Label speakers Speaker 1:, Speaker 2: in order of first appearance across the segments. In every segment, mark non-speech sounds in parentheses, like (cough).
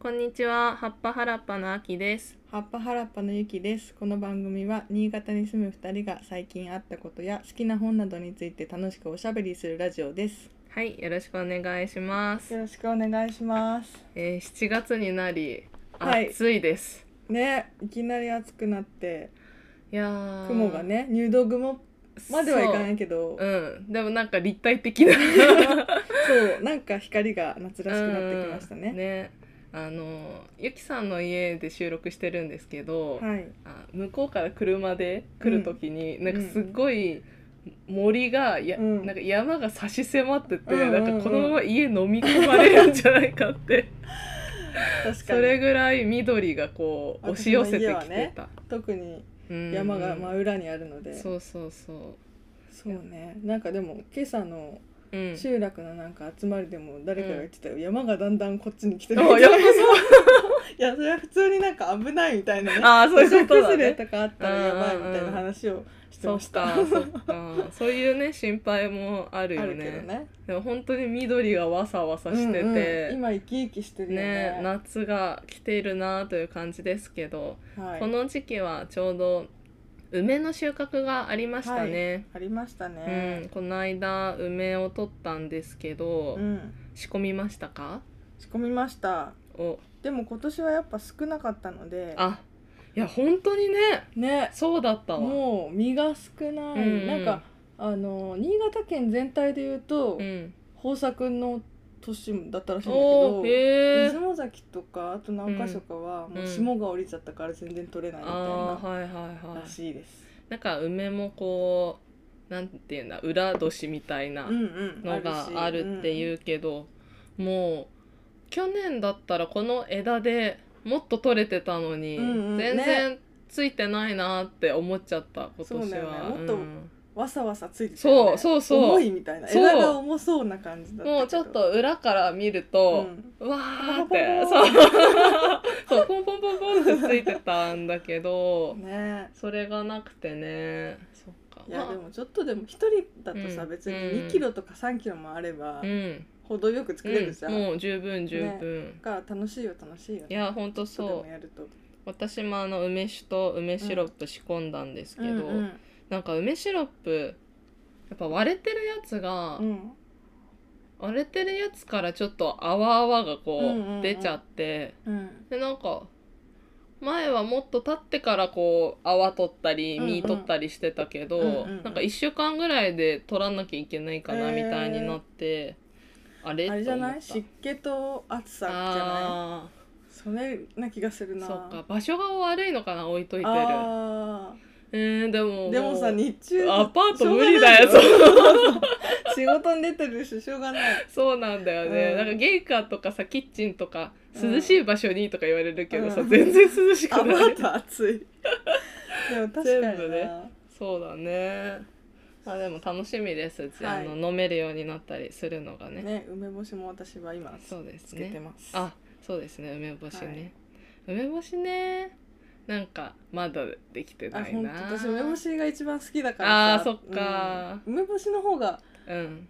Speaker 1: こんにちは、葉っぱ原っぱのあきです。
Speaker 2: 葉っぱ原っぱのゆきですこの番組は新潟に住む二人が最近あったことや好きな本などについて楽しくおしゃべりするラジオです
Speaker 1: はい、よろしくお願いします。
Speaker 2: よろしくお願いします
Speaker 1: えー、7月になり
Speaker 2: はい
Speaker 1: 暑いです。
Speaker 2: ねいきなり暑くなって
Speaker 1: い、やー。
Speaker 2: 雲がね入道雲まではいかないいけど
Speaker 1: そううん、でもなんか立体
Speaker 2: (laughs)
Speaker 1: 的な
Speaker 2: そうなんか光が夏らしくなってきました
Speaker 1: うん (laughs)
Speaker 2: ね
Speaker 1: ね、あのゆきさんの家で収録してるんですけど、
Speaker 2: はい
Speaker 1: あ向こうから車で来る時に、なんかすごい森がや、
Speaker 2: うん
Speaker 1: なんか山が差し迫ってて、
Speaker 2: うんうんうん
Speaker 1: なんかこのまま家飲み込まれるんじゃないかって。
Speaker 2: 確
Speaker 1: そ
Speaker 2: か
Speaker 1: れ
Speaker 2: に
Speaker 1: ぐらい緑がこう押し寄せてきてた、
Speaker 2: 特に
Speaker 1: うん
Speaker 2: 山が真裏にあるので、
Speaker 1: そうそうそ
Speaker 2: そうねなんかでも今朝の
Speaker 1: ううん
Speaker 2: 集落のなんか集まりでも誰かが言ってたよ、山がだんだんこっちに来てる
Speaker 1: あやっぱ
Speaker 2: いやそれは普通になんか危ないみたい (laughs) なね
Speaker 1: ああそう
Speaker 2: 土
Speaker 1: い
Speaker 2: 砂
Speaker 1: うことだ
Speaker 2: 崩れ
Speaker 1: ね
Speaker 2: とかあったらやばいみたいな話をして
Speaker 1: そ
Speaker 2: ま
Speaker 1: っ
Speaker 2: した。
Speaker 1: かそっかそういうね心配もある
Speaker 2: あ
Speaker 1: よ
Speaker 2: る
Speaker 1: ね
Speaker 2: けどね。
Speaker 1: でも本当に緑がわさわさしてて、
Speaker 2: うんうん今生き生きしてるよ
Speaker 1: ね
Speaker 2: ね。
Speaker 1: 夏が来ているなという感じですけど、
Speaker 2: はい
Speaker 1: この時期はちょうど梅の収穫がありましたね、
Speaker 2: ありました
Speaker 1: うん
Speaker 2: ね。
Speaker 1: この間梅を取ったんですけど、
Speaker 2: うん
Speaker 1: 仕込みましたか
Speaker 2: 仕込みました。
Speaker 1: お
Speaker 2: でも今年はやっぱ少なかったので、
Speaker 1: あいや本当にね
Speaker 2: ね
Speaker 1: そうだったわ。
Speaker 2: もう実が少ない。
Speaker 1: うんうん
Speaker 2: なんかあの新潟県全体で言うと、
Speaker 1: ん、
Speaker 2: 豊作の年だったらしいんだけ
Speaker 1: お
Speaker 2: ど
Speaker 1: ー。へ
Speaker 2: 出
Speaker 1: ー
Speaker 2: 雲崎とかあと何か所かはもう霜が降りちゃったから全然取れないみたい
Speaker 1: あ
Speaker 2: な
Speaker 1: ーはいはいは
Speaker 2: ら
Speaker 1: い。
Speaker 2: しいです。
Speaker 1: なんか梅もこうなんていうんだ裏年みたいな
Speaker 2: うんうん、。
Speaker 1: のがあるっていううけど、もう去年だったらこの枝でもっと取れてたのに、
Speaker 2: うんうん
Speaker 1: 全然ついてないなって思っちゃった今
Speaker 2: そう
Speaker 1: 年
Speaker 2: だよ
Speaker 1: は。
Speaker 2: ねもっと
Speaker 1: うん
Speaker 2: わさわさついてたよね
Speaker 1: そうそうそう
Speaker 2: 重いみたいな。
Speaker 1: そう
Speaker 2: 枝が重そうな感じだったけど。
Speaker 1: もうちょっと裏から見る
Speaker 2: う
Speaker 1: と、
Speaker 2: ん。
Speaker 1: うわーって
Speaker 2: ポンポンポン
Speaker 1: そう (laughs) そうポンポンポンポンってついてたんだけど。
Speaker 2: ね
Speaker 1: それがなくてねそっか
Speaker 2: いや
Speaker 1: まあ
Speaker 2: でもちょっとでも一人だとさ、
Speaker 1: うん
Speaker 2: 別に
Speaker 1: うん
Speaker 2: 2キロとか3キロもあれば
Speaker 1: うん、
Speaker 2: 程よく作れるじゃん。
Speaker 1: うん、もう十分十分、
Speaker 2: が楽しいよ楽しいよ。
Speaker 1: いやほんと
Speaker 2: ちょっ
Speaker 1: そ
Speaker 2: とでも
Speaker 1: う
Speaker 2: やると。
Speaker 1: 私もあの梅酒と梅シロップ仕込んだんですけど、
Speaker 2: うんうん
Speaker 1: なんか梅シロップやっぱ割れてるやつが、
Speaker 2: うん
Speaker 1: 割れてるやつからちょっと泡泡がこう
Speaker 2: うんうんうん
Speaker 1: 出ちゃって、
Speaker 2: うん
Speaker 1: でなんか前はもっと経ってからこう泡取ったり
Speaker 2: うんうん
Speaker 1: 実取ったりしてたけど、
Speaker 2: うんうんうん
Speaker 1: なんか1週間ぐらいで取らなきゃいけないかな
Speaker 2: へ
Speaker 1: み
Speaker 2: ー
Speaker 1: たいになって、あれ
Speaker 2: あれじゃな
Speaker 1: と
Speaker 2: い
Speaker 1: 思
Speaker 2: 湿
Speaker 1: った
Speaker 2: 気と暑さじゃ
Speaker 1: あ
Speaker 2: ないそれな気がする
Speaker 1: ー
Speaker 2: な
Speaker 1: そっか場所が悪いのかな置いといてる
Speaker 2: あ
Speaker 1: えー、でも
Speaker 2: ーでもさ
Speaker 1: う
Speaker 2: 日中
Speaker 1: アパート
Speaker 2: しょう
Speaker 1: 無
Speaker 2: がない
Speaker 1: 理だよそう
Speaker 2: (laughs) 仕事に出てるししょう
Speaker 1: (laughs)
Speaker 2: がない
Speaker 1: そうなんだよね、
Speaker 2: うん
Speaker 1: なんか玄関とかさキッチンとか
Speaker 2: うん
Speaker 1: 涼しい場所にとか言われるけどさ、
Speaker 2: うん
Speaker 1: 全然涼しく
Speaker 2: アパ
Speaker 1: ない
Speaker 2: ート暑いでも確か
Speaker 1: 全部
Speaker 2: に
Speaker 1: ね
Speaker 2: ね
Speaker 1: そうだね。あでも楽しみです。あの飲めるようになったりするのがね。
Speaker 2: ね梅干しも私は今
Speaker 1: そうです
Speaker 2: つけて
Speaker 1: ね。
Speaker 2: ます、
Speaker 1: あそうですね梅干しね。梅干しね。なんかまだできて
Speaker 2: あ
Speaker 1: ない
Speaker 2: 本当
Speaker 1: な。
Speaker 2: 私梅干。しが一番好きだから
Speaker 1: あーそっか
Speaker 2: うん梅干しの方が
Speaker 1: うん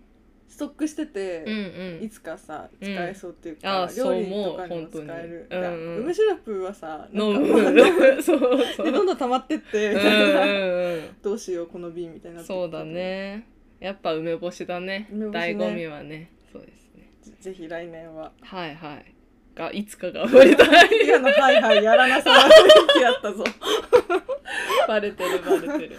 Speaker 2: ストックしてて、
Speaker 1: うんう
Speaker 2: い
Speaker 1: ん。
Speaker 2: つかさ
Speaker 1: う
Speaker 2: 使
Speaker 1: ん
Speaker 2: えそうっていう
Speaker 1: あ
Speaker 2: か、
Speaker 1: ー
Speaker 2: 料理
Speaker 1: そう思う
Speaker 2: とかにも使える、
Speaker 1: 本当にうんうん
Speaker 2: 梅シロップはさ
Speaker 1: 飲む
Speaker 2: なんか
Speaker 1: 飲む。 (laughs) そうそう。
Speaker 2: で
Speaker 1: う
Speaker 2: (laughs) ど
Speaker 1: ん
Speaker 2: んどん溜まってってみ
Speaker 1: う
Speaker 2: たいな、
Speaker 1: ん
Speaker 2: どうしようこの瓶みたい
Speaker 1: う。
Speaker 2: になんってく
Speaker 1: そ
Speaker 2: る
Speaker 1: うだね。やっぱ梅干しだね。
Speaker 2: 梅干し
Speaker 1: 醍
Speaker 2: ね
Speaker 1: 醐味はね。そうですね。
Speaker 2: ぜぜひ来年は
Speaker 1: はいはい。がいつか頑張りたい。
Speaker 2: (laughs) 今のはいはいやらなさな雰囲気やったぞ
Speaker 1: バレてるバレてる。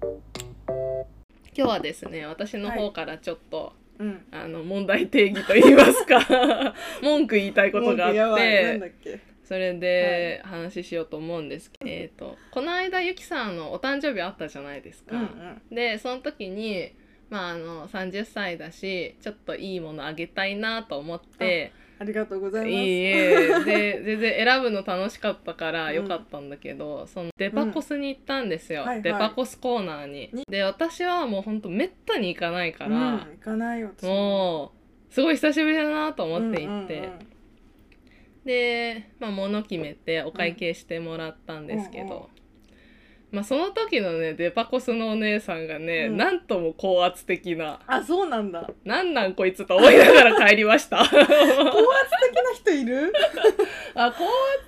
Speaker 1: 今日はですね私の方からちょっと、
Speaker 2: うん
Speaker 1: あの問題定義と言いますか (laughs) 文句言いたいことが
Speaker 2: 文句や
Speaker 1: あっ
Speaker 2: ばいなんだ
Speaker 1: て
Speaker 2: っけ
Speaker 1: それで話ししようと思うんですけど、えー、とこの間ゆきさんのお誕生日あったじゃないですか。
Speaker 2: うんうん
Speaker 1: でその時に、まあ、あの30歳だしちょっといいものあげたいなと思って
Speaker 2: ありがとうござい
Speaker 1: い
Speaker 2: ま
Speaker 1: い
Speaker 2: す
Speaker 1: えで全然選ぶの楽しかったから
Speaker 2: うん
Speaker 1: よかったんだけど、そのデパコスに行ったんですよ、
Speaker 2: うんはいはい
Speaker 1: デパコスコーナーに。
Speaker 2: に
Speaker 1: で私はもうほんとめったに行かないか
Speaker 2: うん
Speaker 1: ら、
Speaker 2: 行かないよ私
Speaker 1: もうすごい久しぶりだなと思って行って、
Speaker 2: うんうんうん
Speaker 1: で、まあ、物決めてお会計してもらったんですけど、
Speaker 2: うんうん
Speaker 1: まあ、その時のねデパコスのお姉さんがね、
Speaker 2: うん
Speaker 1: なんとも高圧的な
Speaker 2: あそうなんだ
Speaker 1: 「なんなんこいつ」と思いながら帰りま
Speaker 2: (laughs)
Speaker 1: したあ
Speaker 2: 高圧的な人いる
Speaker 1: 高圧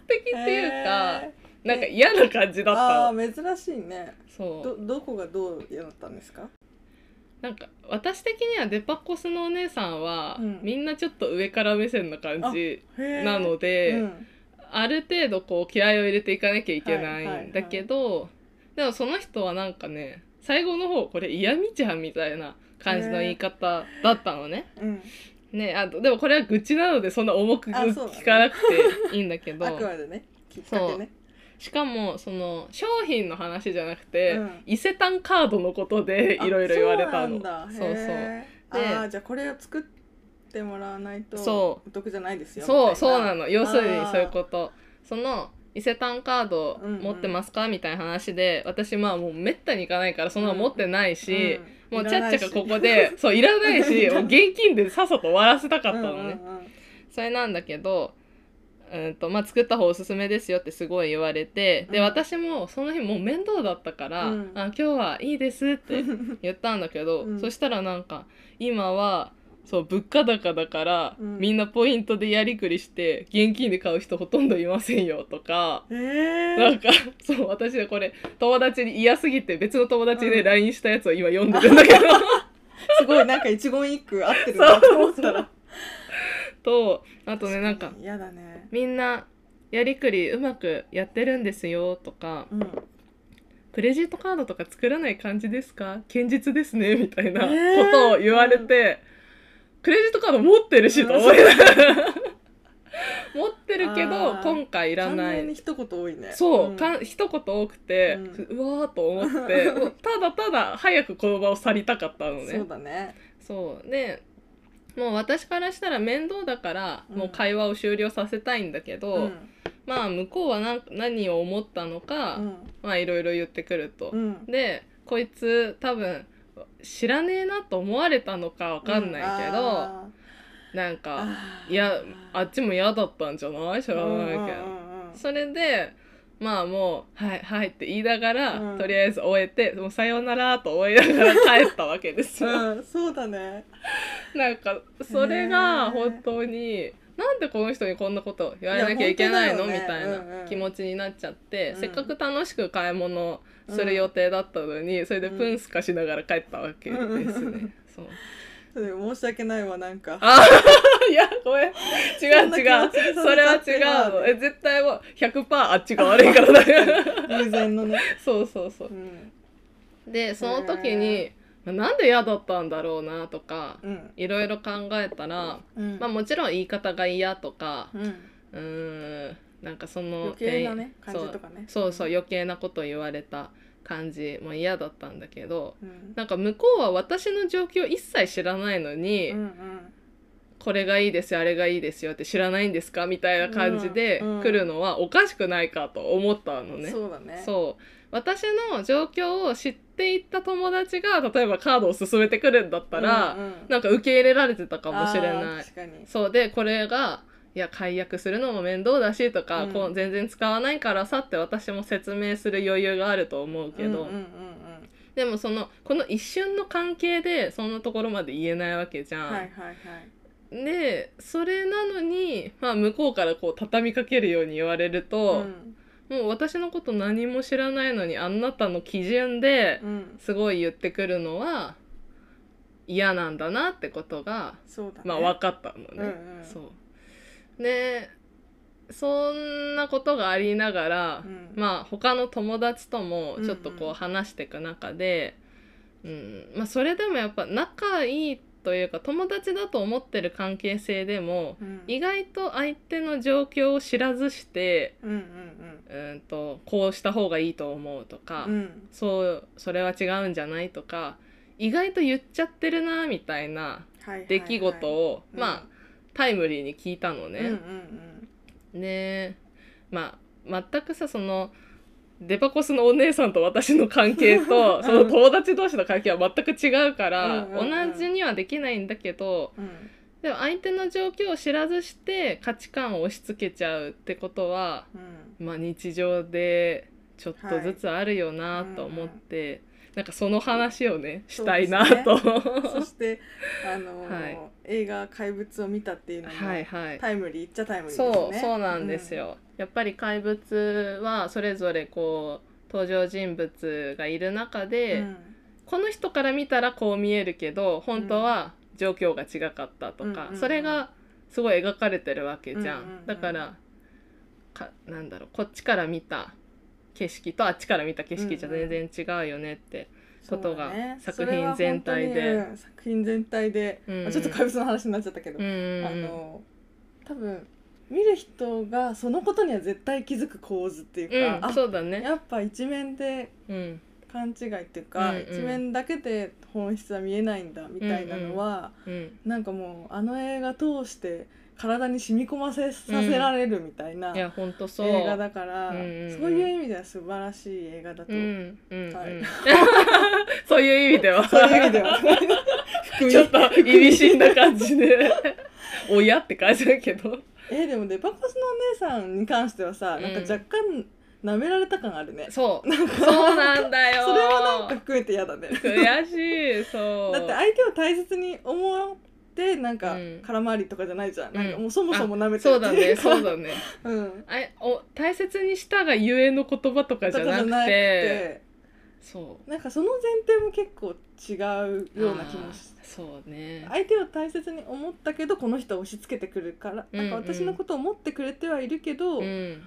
Speaker 1: 的っていうか、
Speaker 2: へ
Speaker 1: なんか嫌な感じだ
Speaker 2: ー、
Speaker 1: った
Speaker 2: あ
Speaker 1: の
Speaker 2: ー珍しいね
Speaker 1: そ
Speaker 2: ど
Speaker 1: う
Speaker 2: どこがどう嫌だったんですか
Speaker 1: なんか私的にはデパコスのお姉さんは、
Speaker 2: うん
Speaker 1: みんなちょっと上から目線な感じ
Speaker 2: へー
Speaker 1: なので、
Speaker 2: うん
Speaker 1: ある程度こう気合を入れていかなきゃいけ
Speaker 2: はいはい
Speaker 1: な
Speaker 2: はいい
Speaker 1: んだけど、でもその人はなんかね最後の方これ嫌味じゃんみたいな感じの言い方だったのね。
Speaker 2: うん、
Speaker 1: ねあとでもこれは愚痴なのでそんな重く
Speaker 2: あそうだね
Speaker 1: 聞かなくていいんだけど
Speaker 2: あくまでねきっかけね
Speaker 1: しかもその商品の話じゃなくて、
Speaker 2: うん
Speaker 1: 伊勢丹カードのことでいろいろ言われたの。
Speaker 2: あ
Speaker 1: そう
Speaker 2: そうなんだ
Speaker 1: そう
Speaker 2: へー
Speaker 1: で
Speaker 2: あーじゃあこれを作ってもらわないと
Speaker 1: そ
Speaker 2: お得じゃないですよ
Speaker 1: そうそう
Speaker 2: の
Speaker 1: なの要するに
Speaker 2: あー
Speaker 1: そういうことその伊勢丹カード
Speaker 2: うんうん
Speaker 1: 持ってますか、みたいな話で私まあもうめったに行かないからそんなの持ってないし、もうちゃっちゃかここでそういらない (laughs) しもう現金でさっさと終わらせたかったのね、それなんだけどうんとまあ、作った方おすすめですよってすごい言われてで、
Speaker 2: うん
Speaker 1: 私もその日もう面倒だったから、
Speaker 2: うん
Speaker 1: あ今日はいいですって言ったんだけど、
Speaker 2: (laughs) うん
Speaker 1: そしたらなんか今はそう物価高だから、
Speaker 2: うん
Speaker 1: みんなポイントでやりくりして現金で買う人ほとんどいませんよとか。
Speaker 2: え
Speaker 1: な
Speaker 2: ー
Speaker 1: んかそう私はこれ友達に嫌すぎて別の友達で
Speaker 2: うん
Speaker 1: LINE したやつを今読んでるんだけど
Speaker 2: (laughs) すごいなんか一言一句合ってるなと思ったら
Speaker 1: とあとねなんか
Speaker 2: 嫌だね
Speaker 1: みんなやりくりうまくやってるんですよとか
Speaker 2: うん
Speaker 1: クレジットカードとか作らない感じですか堅実ですねみたいなこ
Speaker 2: えー
Speaker 1: とを言われて、クレジットカード持ってるしと思いながら持ってるけど
Speaker 2: あー
Speaker 1: 今回いら
Speaker 2: 完
Speaker 1: な
Speaker 2: 全に
Speaker 1: い
Speaker 2: 一言多いね
Speaker 1: そう、
Speaker 2: ん
Speaker 1: かん一言多くて、
Speaker 2: う
Speaker 1: うわーと思って
Speaker 2: (laughs)
Speaker 1: もうただただ早くこの場を去りたかったのね
Speaker 2: そうだね
Speaker 1: そうでもう私からしたら面倒だから、
Speaker 2: うん
Speaker 1: もう会話を終了させたいんだけど、
Speaker 2: うん
Speaker 1: まあ向こうは何何を思ったのか、
Speaker 2: うん
Speaker 1: まあいろいろ言ってくると
Speaker 2: う、ん
Speaker 1: でこいつ多分知らねえなと思われたのかわかんないけど、
Speaker 2: あ
Speaker 1: なんか
Speaker 2: ー
Speaker 1: いやあっちも嫌だったんじゃない知らないけど、
Speaker 2: うんうんうん
Speaker 1: それでまあもう「はいはい」って言いながら、
Speaker 2: うん
Speaker 1: とりあえず終えて「もうさようなら」と思いながら帰ったわけですよ。
Speaker 2: うんそうだね
Speaker 1: なんかそれが
Speaker 2: ねえ
Speaker 1: 本当になんでこの人にこんなこと言われなきゃいけないの
Speaker 2: いや
Speaker 1: みたい
Speaker 2: 本当だよねうんう
Speaker 1: なん気持ちになっちゃって、
Speaker 2: うん
Speaker 1: せっかく楽しく買い物する予定だったのに、それでプンスカしながら帰ったわけですね。
Speaker 2: うん
Speaker 1: そう
Speaker 2: それ申し訳ないわなんか
Speaker 1: あー (laughs) いやごめん違う
Speaker 2: そん
Speaker 1: 違
Speaker 2: な
Speaker 1: う
Speaker 2: 気持ちにさ
Speaker 1: それは
Speaker 2: せち
Speaker 1: 違
Speaker 2: ゃって
Speaker 1: うのえ絶対もう100%あっちが悪いからだよ
Speaker 2: 偶然のね
Speaker 1: (laughs) そうそうそう
Speaker 2: うん
Speaker 1: でその時になんで嫌だったんだろうなとか
Speaker 2: うん
Speaker 1: いろいろ考えたら、
Speaker 2: うん
Speaker 1: まあ、もちろん言い方が嫌とか
Speaker 2: うん
Speaker 1: うーんなんかその
Speaker 2: 余計なね
Speaker 1: 店
Speaker 2: 感
Speaker 1: 員
Speaker 2: じとかね
Speaker 1: そうそうそう余計なこと言われた感じも嫌だったんだけど
Speaker 2: うん
Speaker 1: なんか向こうは私の状況一切知らないのに、
Speaker 2: うんうん
Speaker 1: これがいいですよあれがいいですよって知らないんですかみたいな感じで
Speaker 2: うんうん
Speaker 1: 来るのはおかしくないかと思ったのね。
Speaker 2: そうだね
Speaker 1: そう私の状況を知っていった友達が例えばカードを勧めてくるんだったら、
Speaker 2: うんうん
Speaker 1: なんか受け入れられてたかもしれ
Speaker 2: あ
Speaker 1: な
Speaker 2: ー
Speaker 1: い
Speaker 2: 確かに
Speaker 1: そうでこれがいや解約するのも面倒だしとか、
Speaker 2: うん
Speaker 1: こう全然使わないからさって私も説明する余裕があると思うけど、
Speaker 2: うんうんうん
Speaker 1: でもそのこの一瞬の関係でそんなところまで言えないわけじ
Speaker 2: う
Speaker 1: ゃ
Speaker 2: ん
Speaker 1: ん。
Speaker 2: はいはいはい
Speaker 1: でそれなのに、まあ、向こうからこう畳みかけるように言われると、
Speaker 2: ん
Speaker 1: もう私のこと何も知らないのにあなたの基準で
Speaker 2: うん
Speaker 1: すごい言ってくるのは嫌なんだなってことが、
Speaker 2: そうだね
Speaker 1: まあ、分かったのね。
Speaker 2: うんうん
Speaker 1: そうでそんなことがありながら、
Speaker 2: うん
Speaker 1: まあ他の友達ともちょっと
Speaker 2: うん
Speaker 1: こ
Speaker 2: う
Speaker 1: うん話していく中で、うんまあ、それでもやっぱ仲いいというか友達だと思ってる関係性でも
Speaker 2: うん
Speaker 1: 意外と相手の状況を知らずして
Speaker 2: うんうん
Speaker 1: うんとこうした方がいいと思うとか、
Speaker 2: うんうん
Speaker 1: そうそれは違うんじゃないとか意外と言っちゃってるなみたいな
Speaker 2: はいはいはい
Speaker 1: 出来事を、
Speaker 2: うん
Speaker 1: まあ、タイムリーに聞いたのね。
Speaker 2: うんうん
Speaker 1: ねまあ全くさそのデパコスのお姉さんと私の関係
Speaker 2: (laughs)
Speaker 1: とその友達同士の関係は全く違うから、
Speaker 2: うんうんうん
Speaker 1: 同じにはできないんだけど
Speaker 2: うんうん
Speaker 1: でも相手の状況を知らずして価値観を押し付けちゃうってことは、
Speaker 2: うん
Speaker 1: まあ、日常でちょっとずつあるよなと思って、なんかその話をね
Speaker 2: そ
Speaker 1: し
Speaker 2: う
Speaker 1: た
Speaker 2: で
Speaker 1: い
Speaker 2: す
Speaker 1: な
Speaker 2: ね
Speaker 1: と。
Speaker 2: (laughs) そしてあの、
Speaker 1: はい
Speaker 2: 映画「怪物」を見たっていうのも、
Speaker 1: はいはい。
Speaker 2: タイムリーっちゃタイムリーですね
Speaker 1: そうそうなんです、よ、やっぱり怪物はそれぞれこう登場人物がいる中
Speaker 2: うん
Speaker 1: で、
Speaker 2: うん
Speaker 1: この人から見たらこう見えるけど本当は状況が違かったと
Speaker 2: うんうん
Speaker 1: か、
Speaker 2: うん
Speaker 1: それがすごい描かれてるわけじゃん、
Speaker 2: うんうんうん
Speaker 1: だからかなんだろうこっちから見た景色とあっちから見た景色じゃ全然違うよねって、ことが
Speaker 2: そうだね
Speaker 1: 作品全体で
Speaker 2: それは本当にうん作品全体で、
Speaker 1: うん
Speaker 2: まあちょっと怪物の話になっちゃったけど、
Speaker 1: うんうんうん
Speaker 2: あの多分見る人がそのことには絶対気づく構図っていうか、
Speaker 1: うん
Speaker 2: あ
Speaker 1: そうだね
Speaker 2: やっぱ一面で
Speaker 1: うん
Speaker 2: 勘違いっていうか、
Speaker 1: うんうん
Speaker 2: 一面だけで本質は見えないんだみたいなのは、
Speaker 1: うん
Speaker 2: なんかもうあの映画通して体に染み込ませさせられるみたいな、
Speaker 1: いや本当そう
Speaker 2: 映画だから、
Speaker 1: うんうんうん
Speaker 2: そういう意味では素晴らしい映画だと、
Speaker 1: うんうんうん
Speaker 2: はい
Speaker 1: (laughs) そういう意味では
Speaker 2: (laughs) そういう意味では
Speaker 1: (laughs) ちょっと厳しいな感じ
Speaker 2: (laughs)
Speaker 1: で「おや?」って感じだけど
Speaker 2: えーでもデパコスのお姉さんに関してはさ、
Speaker 1: うん
Speaker 2: なんか若干舐められた感あるね
Speaker 1: そうそうなんだよ
Speaker 2: それはなんか含めて嫌だね
Speaker 1: 悔しいそう
Speaker 2: だって相手を大切に思ってなんか
Speaker 1: うん
Speaker 2: 空回りとかじゃないじゃん、
Speaker 1: うん
Speaker 2: なんかもうそもそも舐めて
Speaker 1: そ
Speaker 2: る
Speaker 1: うだ
Speaker 2: ってい
Speaker 1: ね
Speaker 2: (laughs) うか
Speaker 1: そうだね
Speaker 2: うん
Speaker 1: あいお大切にしたがゆえの言葉とかじゃなくて
Speaker 2: だから
Speaker 1: そ
Speaker 2: なんかその前提も結構違
Speaker 1: う
Speaker 2: うような気もし
Speaker 1: あーそうね
Speaker 2: 相手を大切に思ったけどこの人は押し付けてくるから、
Speaker 1: うんうん
Speaker 2: なんか私のことを思ってくれてはいるけど、
Speaker 1: うん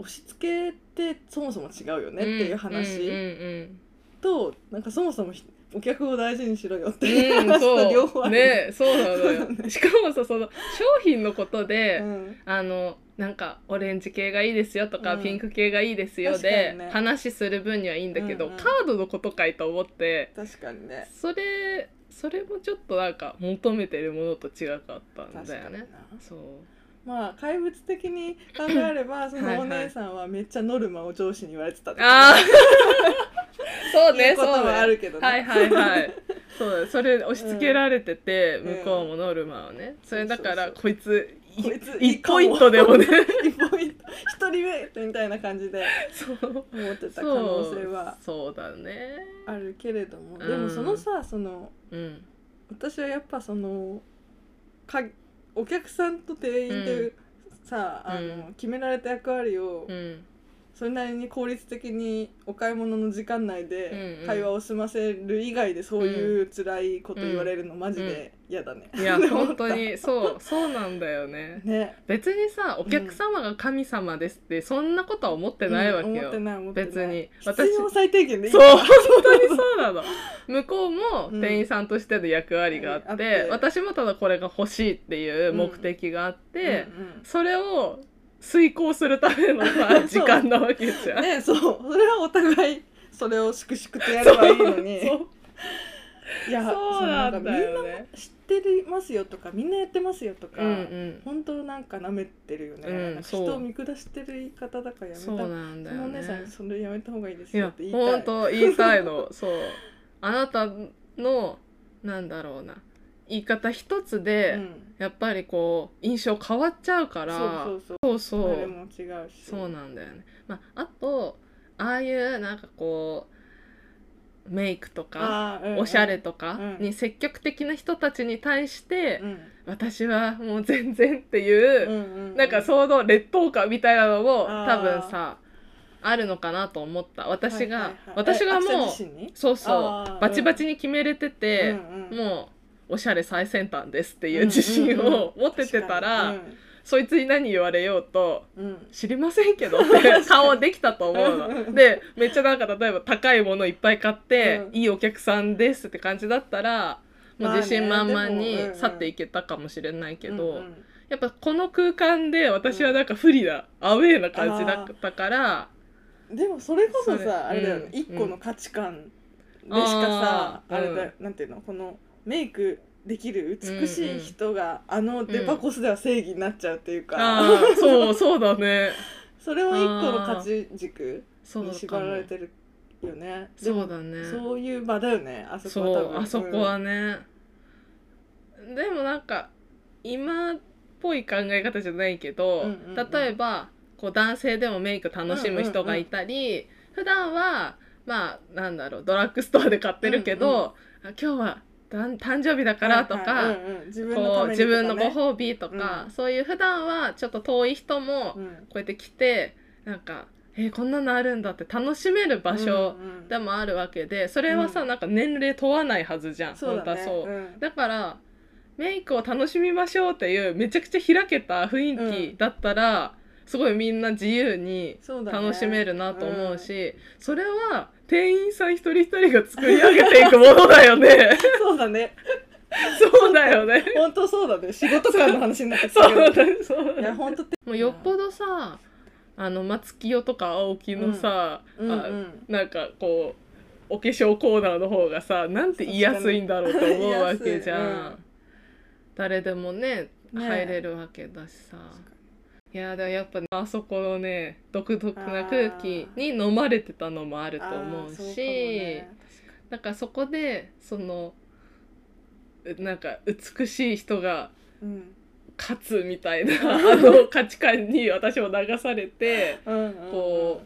Speaker 2: 押し付けてそもそも違うよねっていう話、
Speaker 1: うんうん
Speaker 2: となんかそもそもひお客を大事にしろよって
Speaker 1: うんうん
Speaker 2: いう (laughs) 話と両
Speaker 1: そ
Speaker 2: 方
Speaker 1: う
Speaker 2: ある、
Speaker 1: ねそうな
Speaker 2: そう
Speaker 1: のよしかもさその商品のことで、
Speaker 2: うん
Speaker 1: あのなんかオレンジ系がいいですよとか、
Speaker 2: うん
Speaker 1: ピンク系がいいですよ
Speaker 2: 確
Speaker 1: で、
Speaker 2: かにね
Speaker 1: 話する分にはいいんだけど、
Speaker 2: うんうん
Speaker 1: カードのことかいと思って
Speaker 2: 確かにね
Speaker 1: それそれもちょっとなんか求めてるものと違かったん
Speaker 2: 確か
Speaker 1: だよ
Speaker 2: にな
Speaker 1: ね。そう
Speaker 2: まあ怪物的に考えればそのお姉さんはめっちゃノルマを上司に言われてたと
Speaker 1: あ
Speaker 2: か
Speaker 1: あ
Speaker 2: (laughs)
Speaker 1: そう
Speaker 2: い
Speaker 1: ね
Speaker 2: うこ
Speaker 1: そ
Speaker 2: と
Speaker 1: うね
Speaker 2: はあるけどね
Speaker 1: はいはいはいそうだそれ押し付けられてて、
Speaker 2: うん
Speaker 1: 向こうもノルマをねそれだから
Speaker 2: そうそう
Speaker 1: こいつい
Speaker 2: こいついい
Speaker 1: 一
Speaker 2: かも
Speaker 1: ポイントで
Speaker 2: (laughs)
Speaker 1: もね
Speaker 2: 一本一本一人目みたいな感じで
Speaker 1: そう
Speaker 2: 思ってた可能性は
Speaker 1: そうそうだね
Speaker 2: あるけれども
Speaker 1: うん
Speaker 2: でもそのさその
Speaker 1: うん
Speaker 2: 私はやっぱそのかお客さんと店員で、
Speaker 1: うん
Speaker 2: さあの、
Speaker 1: う
Speaker 2: 決められた役割を、
Speaker 1: うん
Speaker 2: それなりに効率的にお買い物の時間
Speaker 1: う
Speaker 2: 内
Speaker 1: んう
Speaker 2: で
Speaker 1: ん
Speaker 2: 会話を済ませる以外でそういう辛いこと言われるのマジで嫌だね。
Speaker 1: いや
Speaker 2: (laughs) でも
Speaker 1: 本当にそうそうなんだよね
Speaker 2: ね。
Speaker 1: 別にさお客様が神様ですって、そんなことは思ってないわけ
Speaker 2: うん思
Speaker 1: よ、
Speaker 2: ってない思ってない。
Speaker 1: 別に
Speaker 2: 必要最低限でいい
Speaker 1: そう
Speaker 2: から
Speaker 1: 本当にそうなの向こうも
Speaker 2: うん
Speaker 1: 店員さんとしての役割があって,、
Speaker 2: あって
Speaker 1: 私もただこれが欲しいっていう目的があって、
Speaker 2: うんうん
Speaker 1: それを遂行するための
Speaker 2: そ
Speaker 1: さ
Speaker 2: う
Speaker 1: 時間なわけじゃん。
Speaker 2: ね、そう。それはお互いそれを粛々とやればいいのに。
Speaker 1: (laughs) そう
Speaker 2: いや、
Speaker 1: そうなんだ
Speaker 2: そう
Speaker 1: よね。
Speaker 2: なんかみんな知ってますよとか、みんなやってますよとか。
Speaker 1: うんうん、
Speaker 2: 本当なんか舐めてるよね、
Speaker 1: うん
Speaker 2: なんか
Speaker 1: そう
Speaker 2: 人を見下してる言い方だからやめた
Speaker 1: そうなんだ
Speaker 2: そ
Speaker 1: よ
Speaker 2: のお
Speaker 1: ね
Speaker 2: 姉さんにそれやめた方がいいです
Speaker 1: い
Speaker 2: よっ
Speaker 1: や
Speaker 2: て言いた
Speaker 1: 本
Speaker 2: い
Speaker 1: 当言いたい
Speaker 2: (laughs)
Speaker 1: のそうあなたのなんだろうな言い方一つで、
Speaker 2: うん、
Speaker 1: やっぱりこう印象変わっちゃうか
Speaker 2: そ
Speaker 1: ら
Speaker 2: うそう
Speaker 1: そうそ
Speaker 2: そう
Speaker 1: う
Speaker 2: あれも違うし
Speaker 1: そうなんだよね、まあ、あとああいうなんかこうメイクとか
Speaker 2: あーうん
Speaker 1: おしゃれとか
Speaker 2: うん
Speaker 1: に積極的な人たちに対して、
Speaker 2: うん
Speaker 1: 私はもう全然っていうう、
Speaker 2: んうんうん
Speaker 1: なんかその劣等感みたいなのも
Speaker 2: あー
Speaker 1: 多分さあるのかなと思った私が、
Speaker 2: はいはいはい
Speaker 1: 私が
Speaker 2: え
Speaker 1: も
Speaker 2: アクセ
Speaker 1: う
Speaker 2: ル自身に
Speaker 1: そうそ
Speaker 2: あー
Speaker 1: うバチバチに決めれてて、
Speaker 2: うんうん
Speaker 1: もうおしゃれ最先端ですっていう自信
Speaker 2: うんうん
Speaker 1: を
Speaker 2: うん
Speaker 1: 持っててたら、
Speaker 2: 確かに
Speaker 1: そいつに何言われようと
Speaker 2: うんうん
Speaker 1: 知りませんけど
Speaker 2: (laughs)
Speaker 1: って顔できたと思う
Speaker 2: うんうん
Speaker 1: の。でめっちゃなんか例えば高いものいっぱい買って、
Speaker 2: うん
Speaker 1: いいお客さんですって感じだったらも
Speaker 2: まあ
Speaker 1: う
Speaker 2: ね
Speaker 1: 自信満々
Speaker 2: でもうん
Speaker 1: に
Speaker 2: うん
Speaker 1: 去っていけたかもしれないけど、
Speaker 2: うんうん
Speaker 1: やっぱこの空間で私はなんか不利な、アウェーな感じだったから
Speaker 2: でもそれこそ
Speaker 1: それ
Speaker 2: さあれだよね
Speaker 1: うん
Speaker 2: 一個の価値観でしかさ
Speaker 1: あー
Speaker 2: あれだよなんていうのこのメイクできる美しい人があのデパコスでは正義になっちゃうっていうか、
Speaker 1: あー
Speaker 2: (laughs)
Speaker 1: そうそうだね
Speaker 2: それも一個の価値軸
Speaker 1: そう
Speaker 2: に
Speaker 1: か
Speaker 2: 縛
Speaker 1: も
Speaker 2: られてるよねでも
Speaker 1: そうだね
Speaker 2: そういう場だよねあそこは多
Speaker 1: そう
Speaker 2: 分
Speaker 1: あそこはね、でもなんか今っぽい考え方じゃないけど、
Speaker 2: うんうんうん
Speaker 1: 例えばこう男性でもメイク楽しむ人がいたり、普段はまあなんだろうドラッグストアで買ってるけど、あ今日は誕誕生日だからとか、
Speaker 2: はいはいうんうん自分の
Speaker 1: こう
Speaker 2: ために
Speaker 1: 自分の
Speaker 2: とか
Speaker 1: ご
Speaker 2: ね
Speaker 1: 褒美とか、
Speaker 2: うん
Speaker 1: そういう普段はちょっと遠い人もこ
Speaker 2: うん
Speaker 1: うやって来てなんか「えーこんなのあるんだ」って楽しめる場所
Speaker 2: うんうん
Speaker 1: でもあるわけでそれはさ、
Speaker 2: うん
Speaker 1: なんか年齢問わないはずじゃん
Speaker 2: そう
Speaker 1: 本
Speaker 2: だね
Speaker 1: 当はそう、
Speaker 2: うん
Speaker 1: だからメイクを楽しみましょうっていうめちゃくちゃ開けた雰囲気だったら、すごいみんな自由に
Speaker 2: そうだね
Speaker 1: 楽しめるなと思うし、それは店員さん一人一人が作り上げていくものだよね
Speaker 2: うん (laughs) そうだね
Speaker 1: そうだよね
Speaker 2: 本当そうだね仕事感の話になって
Speaker 1: (laughs)
Speaker 2: き
Speaker 1: そ
Speaker 2: たけど
Speaker 1: うだねそう
Speaker 2: い
Speaker 1: だ
Speaker 2: や
Speaker 1: ね
Speaker 2: 本当って
Speaker 1: もうよっぽどさあの松清とか青木のさ、
Speaker 2: うんう
Speaker 1: あ
Speaker 2: ん
Speaker 1: なんかこうお化粧コーナーの方がさなんて言いやすいんだろうと思うわけじゃ
Speaker 2: 言いや
Speaker 1: ん
Speaker 2: すいうん
Speaker 1: 誰でもね
Speaker 2: ね
Speaker 1: 入れるわけだしさ、
Speaker 2: 確か
Speaker 1: いやでもやっぱ、あそこのね独特な空気に飲まれてたのもあると思う
Speaker 2: あー
Speaker 1: し
Speaker 2: そかもね
Speaker 1: なんかそこでそのうなんか美しい人が
Speaker 2: うん
Speaker 1: 勝つみたい
Speaker 2: (laughs)
Speaker 1: なあの価値観に私も流されて
Speaker 2: うんうんうん
Speaker 1: こ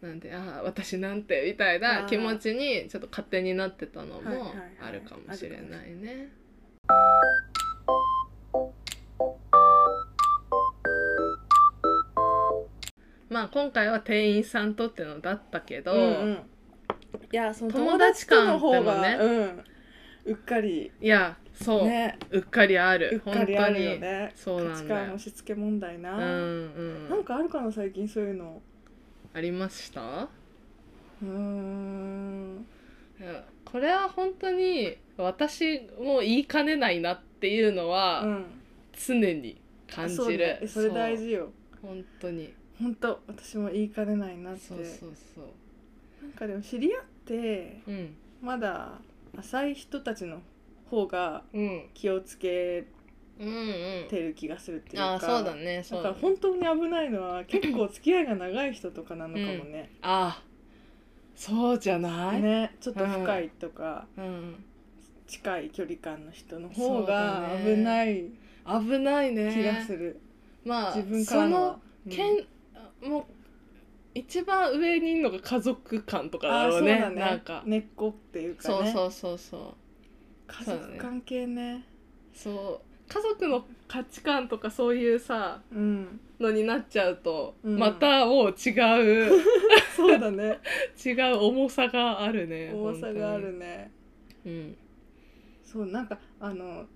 Speaker 1: うなんでああ私なんてみたいな気持ちにちょっと勝手になってたのも
Speaker 2: はいはいはい
Speaker 1: あるかもしれないね。まあ今回は店員さんとってのだったけど、
Speaker 2: うんうんいやその
Speaker 1: 友
Speaker 2: 友
Speaker 1: 達
Speaker 2: 達
Speaker 1: 感
Speaker 2: との方が、
Speaker 1: でも
Speaker 2: うん、うっかり
Speaker 1: いやそう、
Speaker 2: ね
Speaker 1: うっかりあ
Speaker 2: うっ
Speaker 1: る
Speaker 2: かりあるよね
Speaker 1: そうなんだよ
Speaker 2: 価値観押し付け問題な、
Speaker 1: 本当にうんう
Speaker 2: なん
Speaker 1: ん
Speaker 2: かあるかな最近そういうの
Speaker 1: ありました
Speaker 2: うーん
Speaker 1: これは本当に私も言いかねないなっていうの
Speaker 2: う
Speaker 1: は
Speaker 2: ん
Speaker 1: 常に感じ
Speaker 2: そう
Speaker 1: る、
Speaker 2: ねえそれ大事よ
Speaker 1: そう本当に
Speaker 2: 本当私も言いかねないなって
Speaker 1: そうそうそう
Speaker 2: なんかでも知り合って
Speaker 1: うん
Speaker 2: まだ浅い人たちの方が
Speaker 1: うん
Speaker 2: 気をつけ
Speaker 1: うんうん
Speaker 2: てる気がするっていうか
Speaker 1: あーそうだねそ
Speaker 2: だ
Speaker 1: うだ
Speaker 2: から
Speaker 1: ね
Speaker 2: 本当に危ないのは結構付き合いが長い人とかなのかもね。
Speaker 1: あーそうじゃない、
Speaker 2: ねちょっと深いとか
Speaker 1: うん、
Speaker 2: 近い距離感の人の方が危ない
Speaker 1: 危ないね
Speaker 2: 気がする、
Speaker 1: まあ
Speaker 2: 自分からのは。うん
Speaker 1: けん、もう一番上にいるのが家族感とかだ
Speaker 2: あー
Speaker 1: ろ
Speaker 2: そうう
Speaker 1: ね
Speaker 2: だね
Speaker 1: なんか、
Speaker 2: 根っこっていうか
Speaker 1: そう
Speaker 2: ね
Speaker 1: そうそうそう
Speaker 2: 家族関係ね
Speaker 1: そう家族の価値観とかそういうさ
Speaker 2: うん
Speaker 1: のになっちゃうと、
Speaker 2: うん
Speaker 1: またもう違う
Speaker 2: (laughs) そう
Speaker 1: (laughs)
Speaker 2: だね
Speaker 1: 違う重さがあるね
Speaker 2: 重さがあるね
Speaker 1: 本当にうん
Speaker 2: そうなんかあの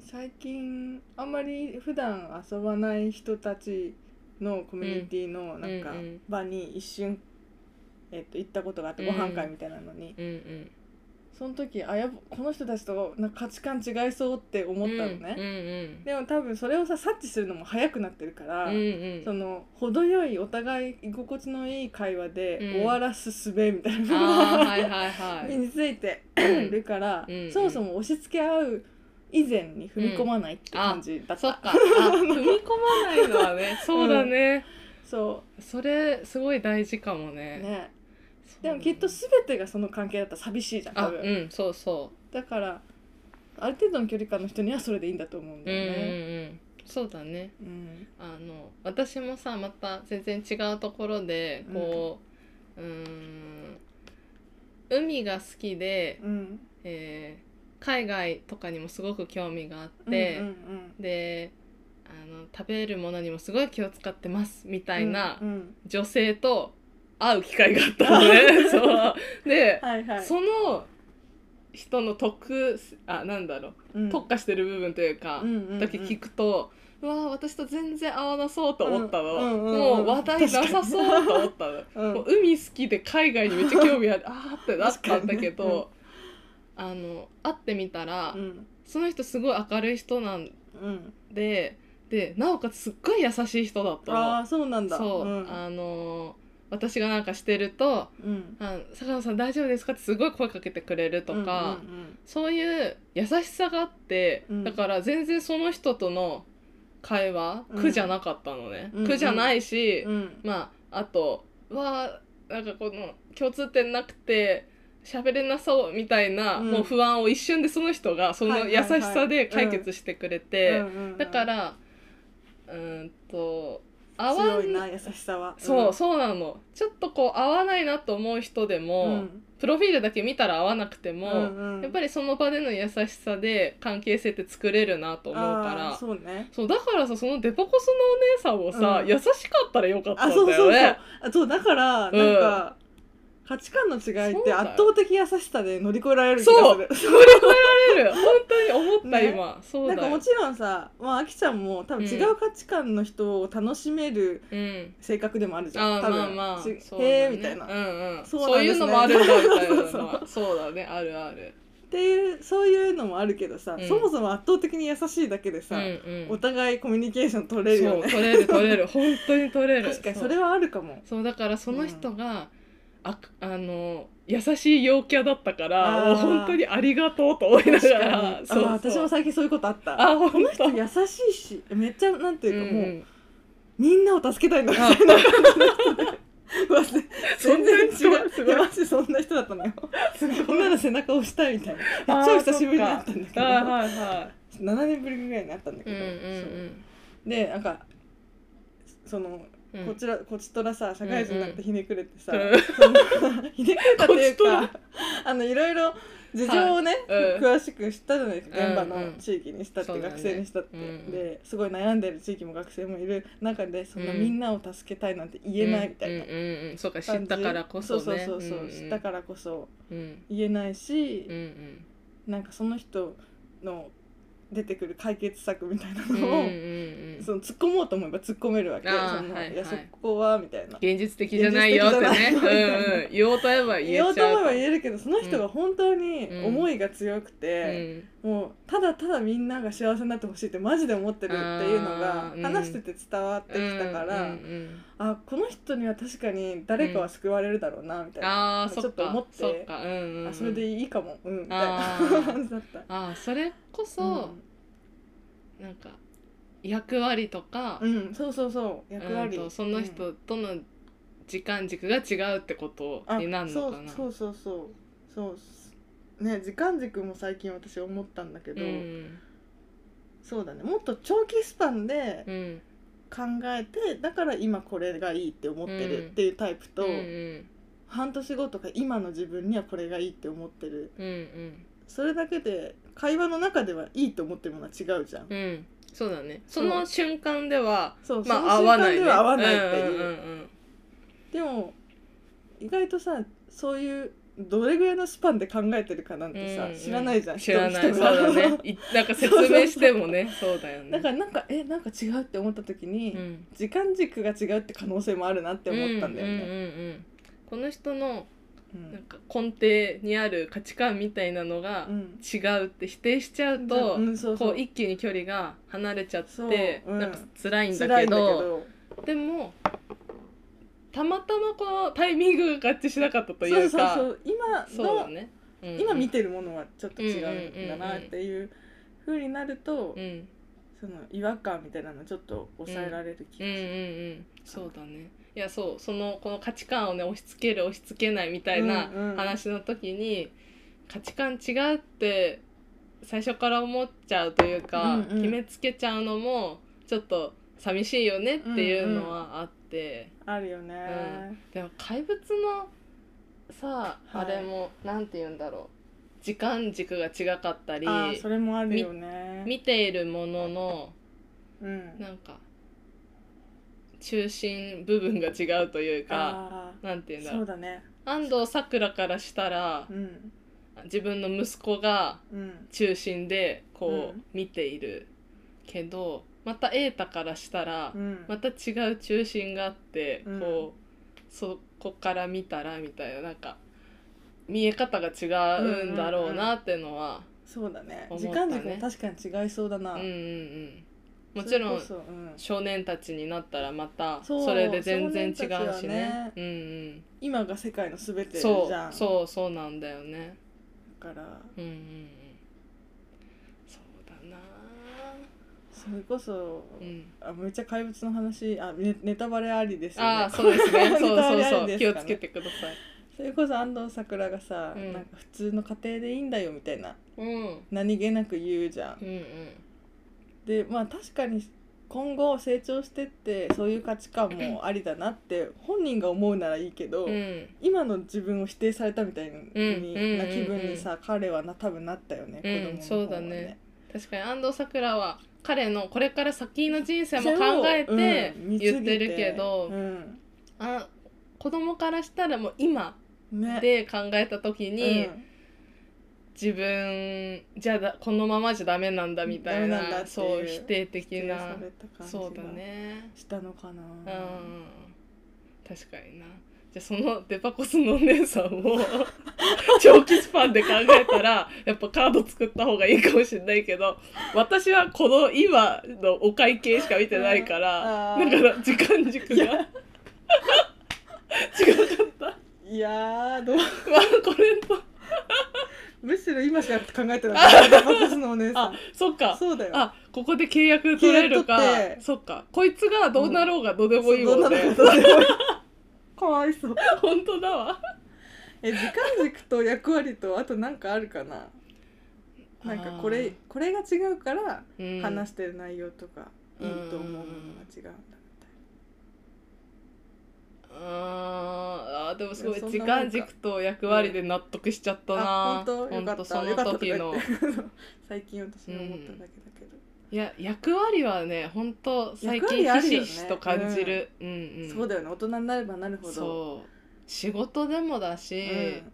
Speaker 2: 最近あんまり普段遊ばない人たちのコミュニティのなんか
Speaker 1: うんうん
Speaker 2: 場に一瞬、えっと、行ったことがあって
Speaker 1: う
Speaker 2: ご
Speaker 1: ん
Speaker 2: 飯会みたいなのに、
Speaker 1: うんうん
Speaker 2: その時あやっぱこの人たちとなんか価値観違いそうって思ったのね、
Speaker 1: ね
Speaker 2: でも多分それをさ察知するのも早くなってるから、
Speaker 1: うんうん
Speaker 2: その程よいお互い居心地のいい会話で
Speaker 1: うん
Speaker 2: 終わらすすべみたいな
Speaker 1: あ
Speaker 2: の
Speaker 1: ー
Speaker 2: が
Speaker 1: はいはいは
Speaker 2: 身
Speaker 1: い
Speaker 2: (laughs) について
Speaker 1: うん
Speaker 2: るから、
Speaker 1: うんうん
Speaker 2: そもそも押し付け合う以前に踏み込まないって感じだった、
Speaker 1: そっかあ踏み込まないのはねそうだね、
Speaker 2: そ
Speaker 1: それすごい大事かも
Speaker 2: う
Speaker 1: ね
Speaker 2: ね
Speaker 1: そう
Speaker 2: でもきっと全てがその関係だったら寂しいじゃん
Speaker 1: あう
Speaker 2: 多分、
Speaker 1: んそうそ
Speaker 2: だからある程度の距離感の人にはそれでいいんだと思うん
Speaker 1: う、
Speaker 2: だよ
Speaker 1: うん
Speaker 2: ね、
Speaker 1: うんうんそうだね
Speaker 2: うん
Speaker 1: あの私もさまた全然違うところでこう、うーん、海が好きで、
Speaker 2: うん
Speaker 1: えー海外とかにもすごく興味があって、
Speaker 2: うんうん
Speaker 1: であの食べるものにもすごい気を使ってますみたいな
Speaker 2: うんうん
Speaker 1: 女性と会う機会があったの
Speaker 2: (laughs)
Speaker 1: ね。そうで、
Speaker 2: はいはい
Speaker 1: その人の特あなんだろう、
Speaker 2: うん
Speaker 1: 特化してる部分というか、
Speaker 2: うんうんうん
Speaker 1: だけ聞くと、うわー私と全然合わなそうと思ったの、
Speaker 2: うんうんうん
Speaker 1: もう話題なさそうと思ったの、
Speaker 2: うん
Speaker 1: もう海好きで海外にめっちゃ興味あるあーってなったんだけ
Speaker 2: 確かにね
Speaker 1: ど、あの会ってみたら、
Speaker 2: うん
Speaker 1: その人すごい明るい人なん
Speaker 2: うん
Speaker 1: ででなおかつすっごい優しい人だった
Speaker 2: あ
Speaker 1: の。
Speaker 2: あそうなんだ
Speaker 1: そう、
Speaker 2: うん
Speaker 1: あの私がなんかしてると
Speaker 2: うん
Speaker 1: 「あ坂野さん大丈夫ですか?」ってすごい声かけてくれるとか、
Speaker 2: うんうん
Speaker 1: そういう優しさがあって、
Speaker 2: うん
Speaker 1: だから全然その人との会話
Speaker 2: うん
Speaker 1: 苦じゃなかったのね、
Speaker 2: うん
Speaker 1: 苦じゃないし、
Speaker 2: うんうん
Speaker 1: まああとはなんかこの共通点なくて喋れなそうみたいな、
Speaker 2: うん
Speaker 1: もう不安を一瞬でその人がそ
Speaker 2: はい
Speaker 1: の
Speaker 2: はい
Speaker 1: 優
Speaker 2: はい
Speaker 1: しさで解決してくれて、
Speaker 2: うんうんうん
Speaker 1: だからうーんと合わ
Speaker 2: 強い
Speaker 1: な
Speaker 2: な優しさは
Speaker 1: そう、
Speaker 2: ん
Speaker 1: そうなのちょっとこう合わないなと思う人でも、
Speaker 2: うん
Speaker 1: プロフィールだけ見たら合わなくても、
Speaker 2: うんうん
Speaker 1: やっぱりその場での優しさで関係性って作れるなと思うから
Speaker 2: あーそうね
Speaker 1: そうだからさそのデパコスのお姉さんをさ、
Speaker 2: うん
Speaker 1: 優しかったらよかった
Speaker 2: あ
Speaker 1: んだ
Speaker 2: そうそうそ
Speaker 1: よ
Speaker 2: う
Speaker 1: ね。
Speaker 2: あそうだからなんか、価値観の違い
Speaker 1: そ
Speaker 2: っ
Speaker 1: うだ
Speaker 2: て
Speaker 1: よ
Speaker 2: 圧倒的優しさで乗り越えられる気がする
Speaker 1: 乗り越えられる本当に思った、
Speaker 2: ね
Speaker 1: 今そう
Speaker 2: (laughs) な
Speaker 1: だ
Speaker 2: ん
Speaker 1: よ
Speaker 2: かもちろんさまああきちゃんも多分違う価値観の人を楽しめる
Speaker 1: うん、
Speaker 2: 性格でもあるじゃん、
Speaker 1: あー
Speaker 2: 多分
Speaker 1: まあまあ
Speaker 2: し
Speaker 1: そうだね
Speaker 2: へえみたいな、
Speaker 1: う
Speaker 2: っ
Speaker 1: んうん、
Speaker 2: そ
Speaker 1: そうう
Speaker 2: なんです
Speaker 1: いうの
Speaker 2: ね
Speaker 1: もあるんだみたいな
Speaker 2: (laughs) そう
Speaker 1: のはそうだねあるある
Speaker 2: ていうそういうのもあるけどさ、
Speaker 1: うん
Speaker 2: そもそも圧倒的に優しいだけでさ、
Speaker 1: うんう
Speaker 2: お
Speaker 1: ん
Speaker 2: 互いコミュニケーション取れるよ
Speaker 1: そう取
Speaker 2: ね
Speaker 1: れる取れる本当に取れる
Speaker 2: (laughs) 確かにそれはある
Speaker 1: (laughs)
Speaker 2: かも
Speaker 1: そうだからその人が、ああの優しい陽キャだったからも
Speaker 2: あ
Speaker 1: う
Speaker 2: ー
Speaker 1: 本当にありがとうと思いながら
Speaker 2: 確か
Speaker 1: そうそ
Speaker 2: に
Speaker 1: う
Speaker 2: あ私も最近そういうことあった
Speaker 1: あ本
Speaker 2: この人
Speaker 1: 当
Speaker 2: 優しいしめっちゃなんていうか、もうんみんなを助けたいんだみ
Speaker 1: あ
Speaker 2: たいな感じの人でうわ
Speaker 1: そん
Speaker 2: 全
Speaker 1: な
Speaker 2: 然
Speaker 1: 人
Speaker 2: 違う
Speaker 1: す
Speaker 2: い
Speaker 1: ごい
Speaker 2: やマジそんな人だったのよ
Speaker 1: すごい
Speaker 2: 女の背中を押したいみたい
Speaker 1: あ
Speaker 2: な
Speaker 1: ー
Speaker 2: 超久しぶりに会ったんだけ
Speaker 1: はいはいは
Speaker 2: ど7年ぶりぐらいに会ったんだ
Speaker 1: い
Speaker 2: け
Speaker 1: うん
Speaker 2: ど、
Speaker 1: うん
Speaker 2: そうでなんかその
Speaker 1: うんうん
Speaker 2: こちらこちとらさ社会人になってひねくれてさ、
Speaker 1: うん
Speaker 2: その (laughs) ひねくれたという
Speaker 1: こちとら
Speaker 2: かあのいろいろ事情をね、
Speaker 1: はいうん
Speaker 2: 詳しく知ったじゃないですか、
Speaker 1: うん
Speaker 2: 現場
Speaker 1: う
Speaker 2: の
Speaker 1: ん
Speaker 2: 地域にしたって、
Speaker 1: そうだね
Speaker 2: 学生にしたって、
Speaker 1: うん
Speaker 2: ですごい悩んでる地域も学生もいる中でそんな
Speaker 1: うん
Speaker 2: みんなを助けたいなんて言えないみたいな
Speaker 1: うんうんうんそうか知
Speaker 2: 感
Speaker 1: っ
Speaker 2: じ
Speaker 1: たからこそね
Speaker 2: そうそうそうそう、
Speaker 1: んん
Speaker 2: 知ったからこそ
Speaker 1: うん
Speaker 2: 言えないし
Speaker 1: うんう、ん
Speaker 2: なんかその人の出てくる解決策みたいな
Speaker 1: うんうん
Speaker 2: のを、
Speaker 1: うん
Speaker 2: その突っ込もうと思えば突っ込めるわけ
Speaker 1: あ
Speaker 2: そ
Speaker 1: ー
Speaker 2: の、、
Speaker 1: はいい
Speaker 2: や
Speaker 1: は
Speaker 2: そ
Speaker 1: い
Speaker 2: こはみたいな
Speaker 1: 現実的じゃないよってね
Speaker 2: 現実的じゃないよみたいな
Speaker 1: うんうん言おうと思えば
Speaker 2: 言
Speaker 1: 言
Speaker 2: お
Speaker 1: え
Speaker 2: う
Speaker 1: ち
Speaker 2: と
Speaker 1: ゃ
Speaker 2: 思
Speaker 1: う
Speaker 2: えば言えるけどその人が本当に
Speaker 1: うん
Speaker 2: 思いが強くて、
Speaker 1: うん
Speaker 2: もうただただみんなが幸せになってほしいってマジで思ってるっていうのが
Speaker 1: あーうん
Speaker 2: 話してて伝わってきたから、
Speaker 1: うんうんうん
Speaker 2: あこの人には確かに誰かは救われるだろうなみたいな、
Speaker 1: ああ
Speaker 2: ちょ
Speaker 1: そ
Speaker 2: っ
Speaker 1: っ
Speaker 2: と
Speaker 1: か
Speaker 2: 思って
Speaker 1: そっか、うんうんうん、
Speaker 2: あそれでいいかも、うん、みたいな
Speaker 1: あー
Speaker 2: 感じだった。
Speaker 1: あーそれこそ、なんか役割とか
Speaker 2: う、ん、うん、そうそうそう役割、
Speaker 1: うんとその
Speaker 2: うん
Speaker 1: 人との時間軸が違うってこと
Speaker 2: あ
Speaker 1: になるのかな
Speaker 2: そうそうそうそうそうね時間軸も最近私思ったんだけど、
Speaker 1: うん
Speaker 2: そうだねもっと長期スパンで、
Speaker 1: うん
Speaker 2: 考えてだから今これがいいって思って
Speaker 1: う
Speaker 2: る
Speaker 1: ん
Speaker 2: っていうタイプと、
Speaker 1: うんうん
Speaker 2: 半年後とか今の自分にはこれがいいって思ってる
Speaker 1: うんうん
Speaker 2: それだけで会話の中ではいいと思ってるものは違うじゃん、
Speaker 1: うんそうだね
Speaker 2: そ
Speaker 1: そうの瞬間では
Speaker 2: そ
Speaker 1: ま
Speaker 2: うその
Speaker 1: あ合わ
Speaker 2: 瞬間
Speaker 1: ない、
Speaker 2: で
Speaker 1: ね、
Speaker 2: は合わないってい
Speaker 1: う
Speaker 2: う,、
Speaker 1: んうんうん
Speaker 2: でも意外とさそういうどれぐらいのスパンで考えてるかなんてさ、
Speaker 1: うんうん
Speaker 2: 知らないじゃん
Speaker 1: 知らない
Speaker 2: 人
Speaker 1: そう
Speaker 2: 々が
Speaker 1: だねいなんか説明してもねそうだよね
Speaker 2: (laughs) だからなんかえなんか違うって思った時に、
Speaker 1: うん
Speaker 2: 時間軸が違うって可能性もあるなって思ったんだよ
Speaker 1: うん
Speaker 2: ね、
Speaker 1: うんうんうんこの人の
Speaker 2: うん
Speaker 1: なんか根底にある価値観みたいなのが
Speaker 2: うん
Speaker 1: 違うって否定しちゃうと、
Speaker 2: うんそうそう
Speaker 1: こう一気に距離が離れちゃっ
Speaker 2: そう
Speaker 1: て、
Speaker 2: うん
Speaker 1: なんか辛いんだ
Speaker 2: 辛
Speaker 1: け
Speaker 2: いんだけ
Speaker 1: ど
Speaker 2: ど
Speaker 1: でもたまたまこのタイミングが合致しなかったとい
Speaker 2: そう
Speaker 1: う
Speaker 2: そう
Speaker 1: か
Speaker 2: そう今
Speaker 1: そうだ
Speaker 2: の、
Speaker 1: ね、うんうん
Speaker 2: 今見てるものはちょっと違うんだなっていうふうになると、
Speaker 1: うん
Speaker 2: その違和感みたいなのちょっと抑えられる気
Speaker 1: う
Speaker 2: が
Speaker 1: んうん
Speaker 2: する。
Speaker 1: うんそうだねいやそうそのこの価値観をね押し付ける押し付けないみたいな
Speaker 2: うんうん
Speaker 1: 話の時に、価値観違うって最初から思っちゃうというか、
Speaker 2: うんうん
Speaker 1: 決めつけちゃうのもちょっと寂しいよねっていうのはあって、
Speaker 2: あるよね、
Speaker 1: でも怪物のさあ,、
Speaker 2: はい
Speaker 1: れもなんて言うんだろう時間軸が違かったり
Speaker 2: あーそれもあるよね。
Speaker 1: 見ているものの
Speaker 2: うん、
Speaker 1: なんか中心部分が違うというか
Speaker 2: あ
Speaker 1: なんてい
Speaker 2: ー
Speaker 1: うんだ
Speaker 2: そ
Speaker 1: ろ
Speaker 2: う
Speaker 1: う
Speaker 2: だね。
Speaker 1: 安藤サクラからしたら
Speaker 2: うん
Speaker 1: 自分の息子が
Speaker 2: うん
Speaker 1: 中心でこ
Speaker 2: う
Speaker 1: うん見ているけど、また瑛太からしたら
Speaker 2: う、ん
Speaker 1: また違う中心があって、
Speaker 2: うん
Speaker 1: こうそこから見たらみたいななんか見え方が違うんだろうなってのは、
Speaker 2: そうだね。
Speaker 1: 思っ
Speaker 2: 時
Speaker 1: た
Speaker 2: 間
Speaker 1: ね
Speaker 2: 軸も確かに違いそうだな。
Speaker 1: うんうんうん、もちろん
Speaker 2: それこそうん
Speaker 1: 少年たちになったらまた
Speaker 2: そう
Speaker 1: それで全然違うし
Speaker 2: 少年たちは
Speaker 1: ね
Speaker 2: ね
Speaker 1: うんうん、
Speaker 2: 今が世界のすべてじ
Speaker 1: そ
Speaker 2: ゃん。
Speaker 1: うそうそうなんだよね
Speaker 2: だから
Speaker 1: うんうんうんそうだな
Speaker 2: それこそ、
Speaker 1: うん
Speaker 2: あめっちゃ怪物の話あネネタバレありですよね。
Speaker 1: ああそうです
Speaker 2: (laughs)
Speaker 1: ねそう
Speaker 2: ネタバ
Speaker 1: そう
Speaker 2: レあ
Speaker 1: そ
Speaker 2: り
Speaker 1: う、
Speaker 2: です
Speaker 1: 気
Speaker 2: かね
Speaker 1: をつけてください
Speaker 2: それこそ安藤サクラがさ、
Speaker 1: うん
Speaker 2: なんか普通の家庭でいいんだよみたいな
Speaker 1: うんうん
Speaker 2: 何気なく言うじゃ
Speaker 1: う
Speaker 2: ん。
Speaker 1: ん
Speaker 2: でまあ確かに今後成長してってそういう価値観もありだなって本人が思うならいいけど、
Speaker 1: うん
Speaker 2: 今の自分を否定されたみたい
Speaker 1: う
Speaker 2: な,、
Speaker 1: ん
Speaker 2: な気分にさ、彼はな多分なったよね、
Speaker 1: うん
Speaker 2: 子供の方は
Speaker 1: そうだね確かに安藤サクラは彼のこれから先の人生も
Speaker 2: それを
Speaker 1: 考えて
Speaker 2: うん
Speaker 1: 言ってるけど、
Speaker 2: うん
Speaker 1: あ子供からしたらもう今
Speaker 2: ね、
Speaker 1: で考えた時に、
Speaker 2: うん
Speaker 1: 自分じゃだこのままじゃダメなんだみたい
Speaker 2: ダメなん
Speaker 1: な
Speaker 2: だっていう
Speaker 1: そう否定
Speaker 2: 否定
Speaker 1: 的
Speaker 2: さ
Speaker 1: な
Speaker 2: れた感じが
Speaker 1: そうだね
Speaker 2: したの
Speaker 1: う
Speaker 2: かな、
Speaker 1: ん確かになじゃあそのデパコスのお姉さんを (laughs) 長期スパンで考えたらやっぱカード作った方がいいかもしれないけど私はこの今のお会計しか見てないから
Speaker 2: うんあ
Speaker 1: だ
Speaker 2: ー
Speaker 1: から時間軸が
Speaker 2: い
Speaker 1: 違
Speaker 2: や
Speaker 1: (laughs) かった (laughs) ま
Speaker 2: いやーどう
Speaker 1: あこれと
Speaker 2: むしろ今しか考えてなかったパパスのお姉さ
Speaker 1: あ
Speaker 2: ん
Speaker 1: そっか
Speaker 2: そうだよ
Speaker 1: あここで契約取れるか
Speaker 2: 契約取って
Speaker 1: そっかこいつがどうなろうがどうでもいい
Speaker 2: そう
Speaker 1: も
Speaker 2: ど
Speaker 1: ん
Speaker 2: んな
Speaker 1: ね
Speaker 2: のかどうでも (laughs) いいかわいそう
Speaker 1: (laughs) 本当だわ
Speaker 2: え時間軸と役割とあとなんかあるかななんかこれこれが違うから話
Speaker 1: し
Speaker 2: してる内容とか、
Speaker 1: うん
Speaker 2: いいと思うものが違うんだ
Speaker 1: あーあーでもすご
Speaker 2: い
Speaker 1: い
Speaker 2: やそん
Speaker 1: 時
Speaker 2: なもんか
Speaker 1: 間軸と役割で納得しちゃったな、
Speaker 2: あ本当よかった
Speaker 1: その
Speaker 2: よかったとか
Speaker 1: 時
Speaker 2: 言
Speaker 1: の
Speaker 2: って
Speaker 1: (laughs)
Speaker 2: 最近私も思っただけだけど、
Speaker 1: いや役割はね本当最
Speaker 2: 役割あ
Speaker 1: 近
Speaker 2: る
Speaker 1: ひし
Speaker 2: よね
Speaker 1: ひしと感じる、うんうん
Speaker 2: そうだよね大人になればなるほど
Speaker 1: そう仕事でもだ
Speaker 2: う
Speaker 1: し、
Speaker 2: ん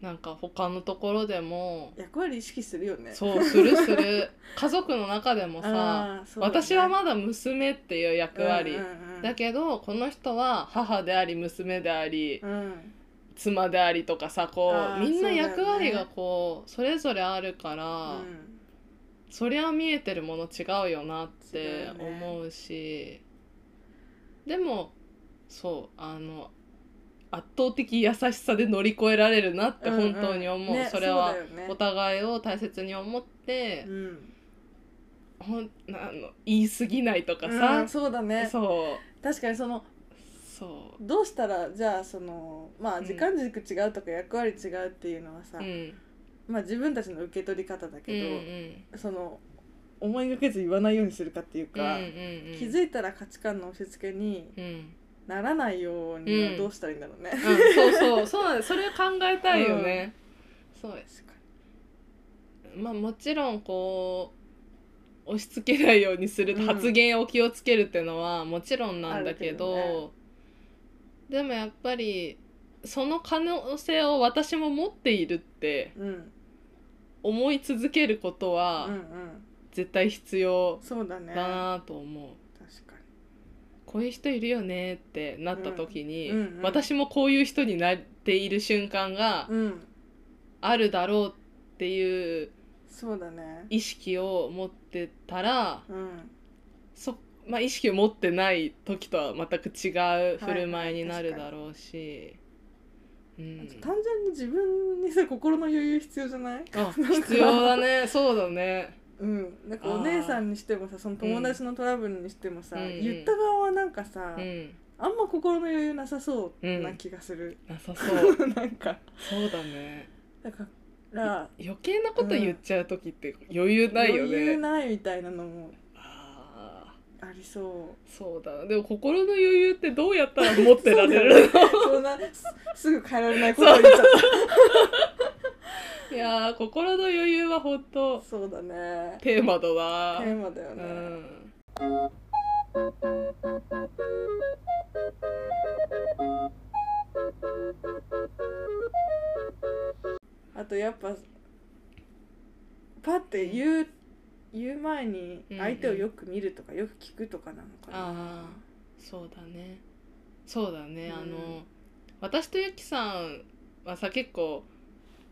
Speaker 1: なんか他のところでも、
Speaker 2: 役割意識するよね
Speaker 1: そうするする家族の中でもさ
Speaker 2: あー (laughs) そうだね
Speaker 1: 私はまだ娘っていう役割、
Speaker 2: うんうんうん
Speaker 1: だけどこの人は母であり娘であり、
Speaker 2: うん
Speaker 1: 妻でありとかさこ
Speaker 2: あー
Speaker 1: うみんな
Speaker 2: そうだよね
Speaker 1: 役割がこうそれぞれあるから、
Speaker 2: うん
Speaker 1: そりゃ見えてるもの違うよなって
Speaker 2: 違うね
Speaker 1: 思うしでもそうあの圧倒的優しさで乗り越えられるなって本当に思う、
Speaker 2: んんね
Speaker 1: それは
Speaker 2: うだよね
Speaker 1: お互いを大切に思って
Speaker 2: う、ん
Speaker 1: ほんあの言い過ぎないとか
Speaker 2: う
Speaker 1: さ
Speaker 2: ん、そうだね
Speaker 1: そ
Speaker 2: 確かにその
Speaker 1: うそ
Speaker 2: どうしたらじゃあそのまあ
Speaker 1: うん
Speaker 2: 時間軸違うとか役割違うっていうのはさ、
Speaker 1: ううん
Speaker 2: まあ自分たちの受け取り方だ
Speaker 1: うんうん
Speaker 2: けど、その思いがけず言わないようにするかっていう
Speaker 1: うん
Speaker 2: か、
Speaker 1: うんうん
Speaker 2: 気づいたら価値観の押し付けに
Speaker 1: うん
Speaker 2: ならないように
Speaker 1: う
Speaker 2: は
Speaker 1: ん
Speaker 2: どうしたらいいんだろうね。
Speaker 1: うんそうそうそうなんですそれ考えたいよね、そうですまあもちろんこう押し付けないようにする、
Speaker 2: うん
Speaker 1: 発言を気をつけるってのはもちろんなんだけど
Speaker 2: あるけど
Speaker 1: でもやっぱりその可能性を私も持っているって
Speaker 2: うん、うん
Speaker 1: 思い続けることは
Speaker 2: うん
Speaker 1: 絶対必要
Speaker 2: そうだね
Speaker 1: だ
Speaker 2: 確
Speaker 1: なと思う、
Speaker 2: か
Speaker 1: こういう人いるよねってなった時に、
Speaker 2: うんうんうん
Speaker 1: 私もこういう人になっている瞬間が
Speaker 2: にうん
Speaker 1: あるだろうっていう
Speaker 2: そうだね
Speaker 1: 意識を持ってたら
Speaker 2: うん
Speaker 1: そ、まあ、意識を持ってない時とは全く違う振る舞いになるだろうし、うん、
Speaker 2: 単純に自分にさ心の余裕必要じゃ (laughs) ない
Speaker 1: あ必要だねそうだね
Speaker 2: うん、なんかお姉さんにしてもさその友達のトラブルにしてもさ、
Speaker 1: うんうん
Speaker 2: 言った側はなんかさ、
Speaker 1: うん
Speaker 2: あんま心の余裕なさそうな気がする、
Speaker 1: なさそう
Speaker 2: (laughs) なんか
Speaker 1: そうだね
Speaker 2: だから
Speaker 1: 余計なこと言っちゃう時って余裕ない
Speaker 2: 余
Speaker 1: よ
Speaker 2: 裕
Speaker 1: ね
Speaker 2: ないみたいなのも
Speaker 1: あー
Speaker 2: ありそう
Speaker 1: そうだなでも心の余裕ってどうやったら持ってられる
Speaker 2: (laughs) そんなすすぐ変えられないことを言っちゃっ
Speaker 1: のいやー心の余裕は本 (laughs)
Speaker 2: た
Speaker 1: 当
Speaker 2: そうだね
Speaker 1: テーマだ
Speaker 2: テ
Speaker 1: な
Speaker 2: ーマだよね、
Speaker 1: うん
Speaker 2: あとやっぱパッて言う、言う前に
Speaker 1: うんうん
Speaker 2: 相手をよく見るとかよく聞くとかなのかな、
Speaker 1: あーそうだねそうだね、
Speaker 2: うん
Speaker 1: あの私とゆきさんはさ結構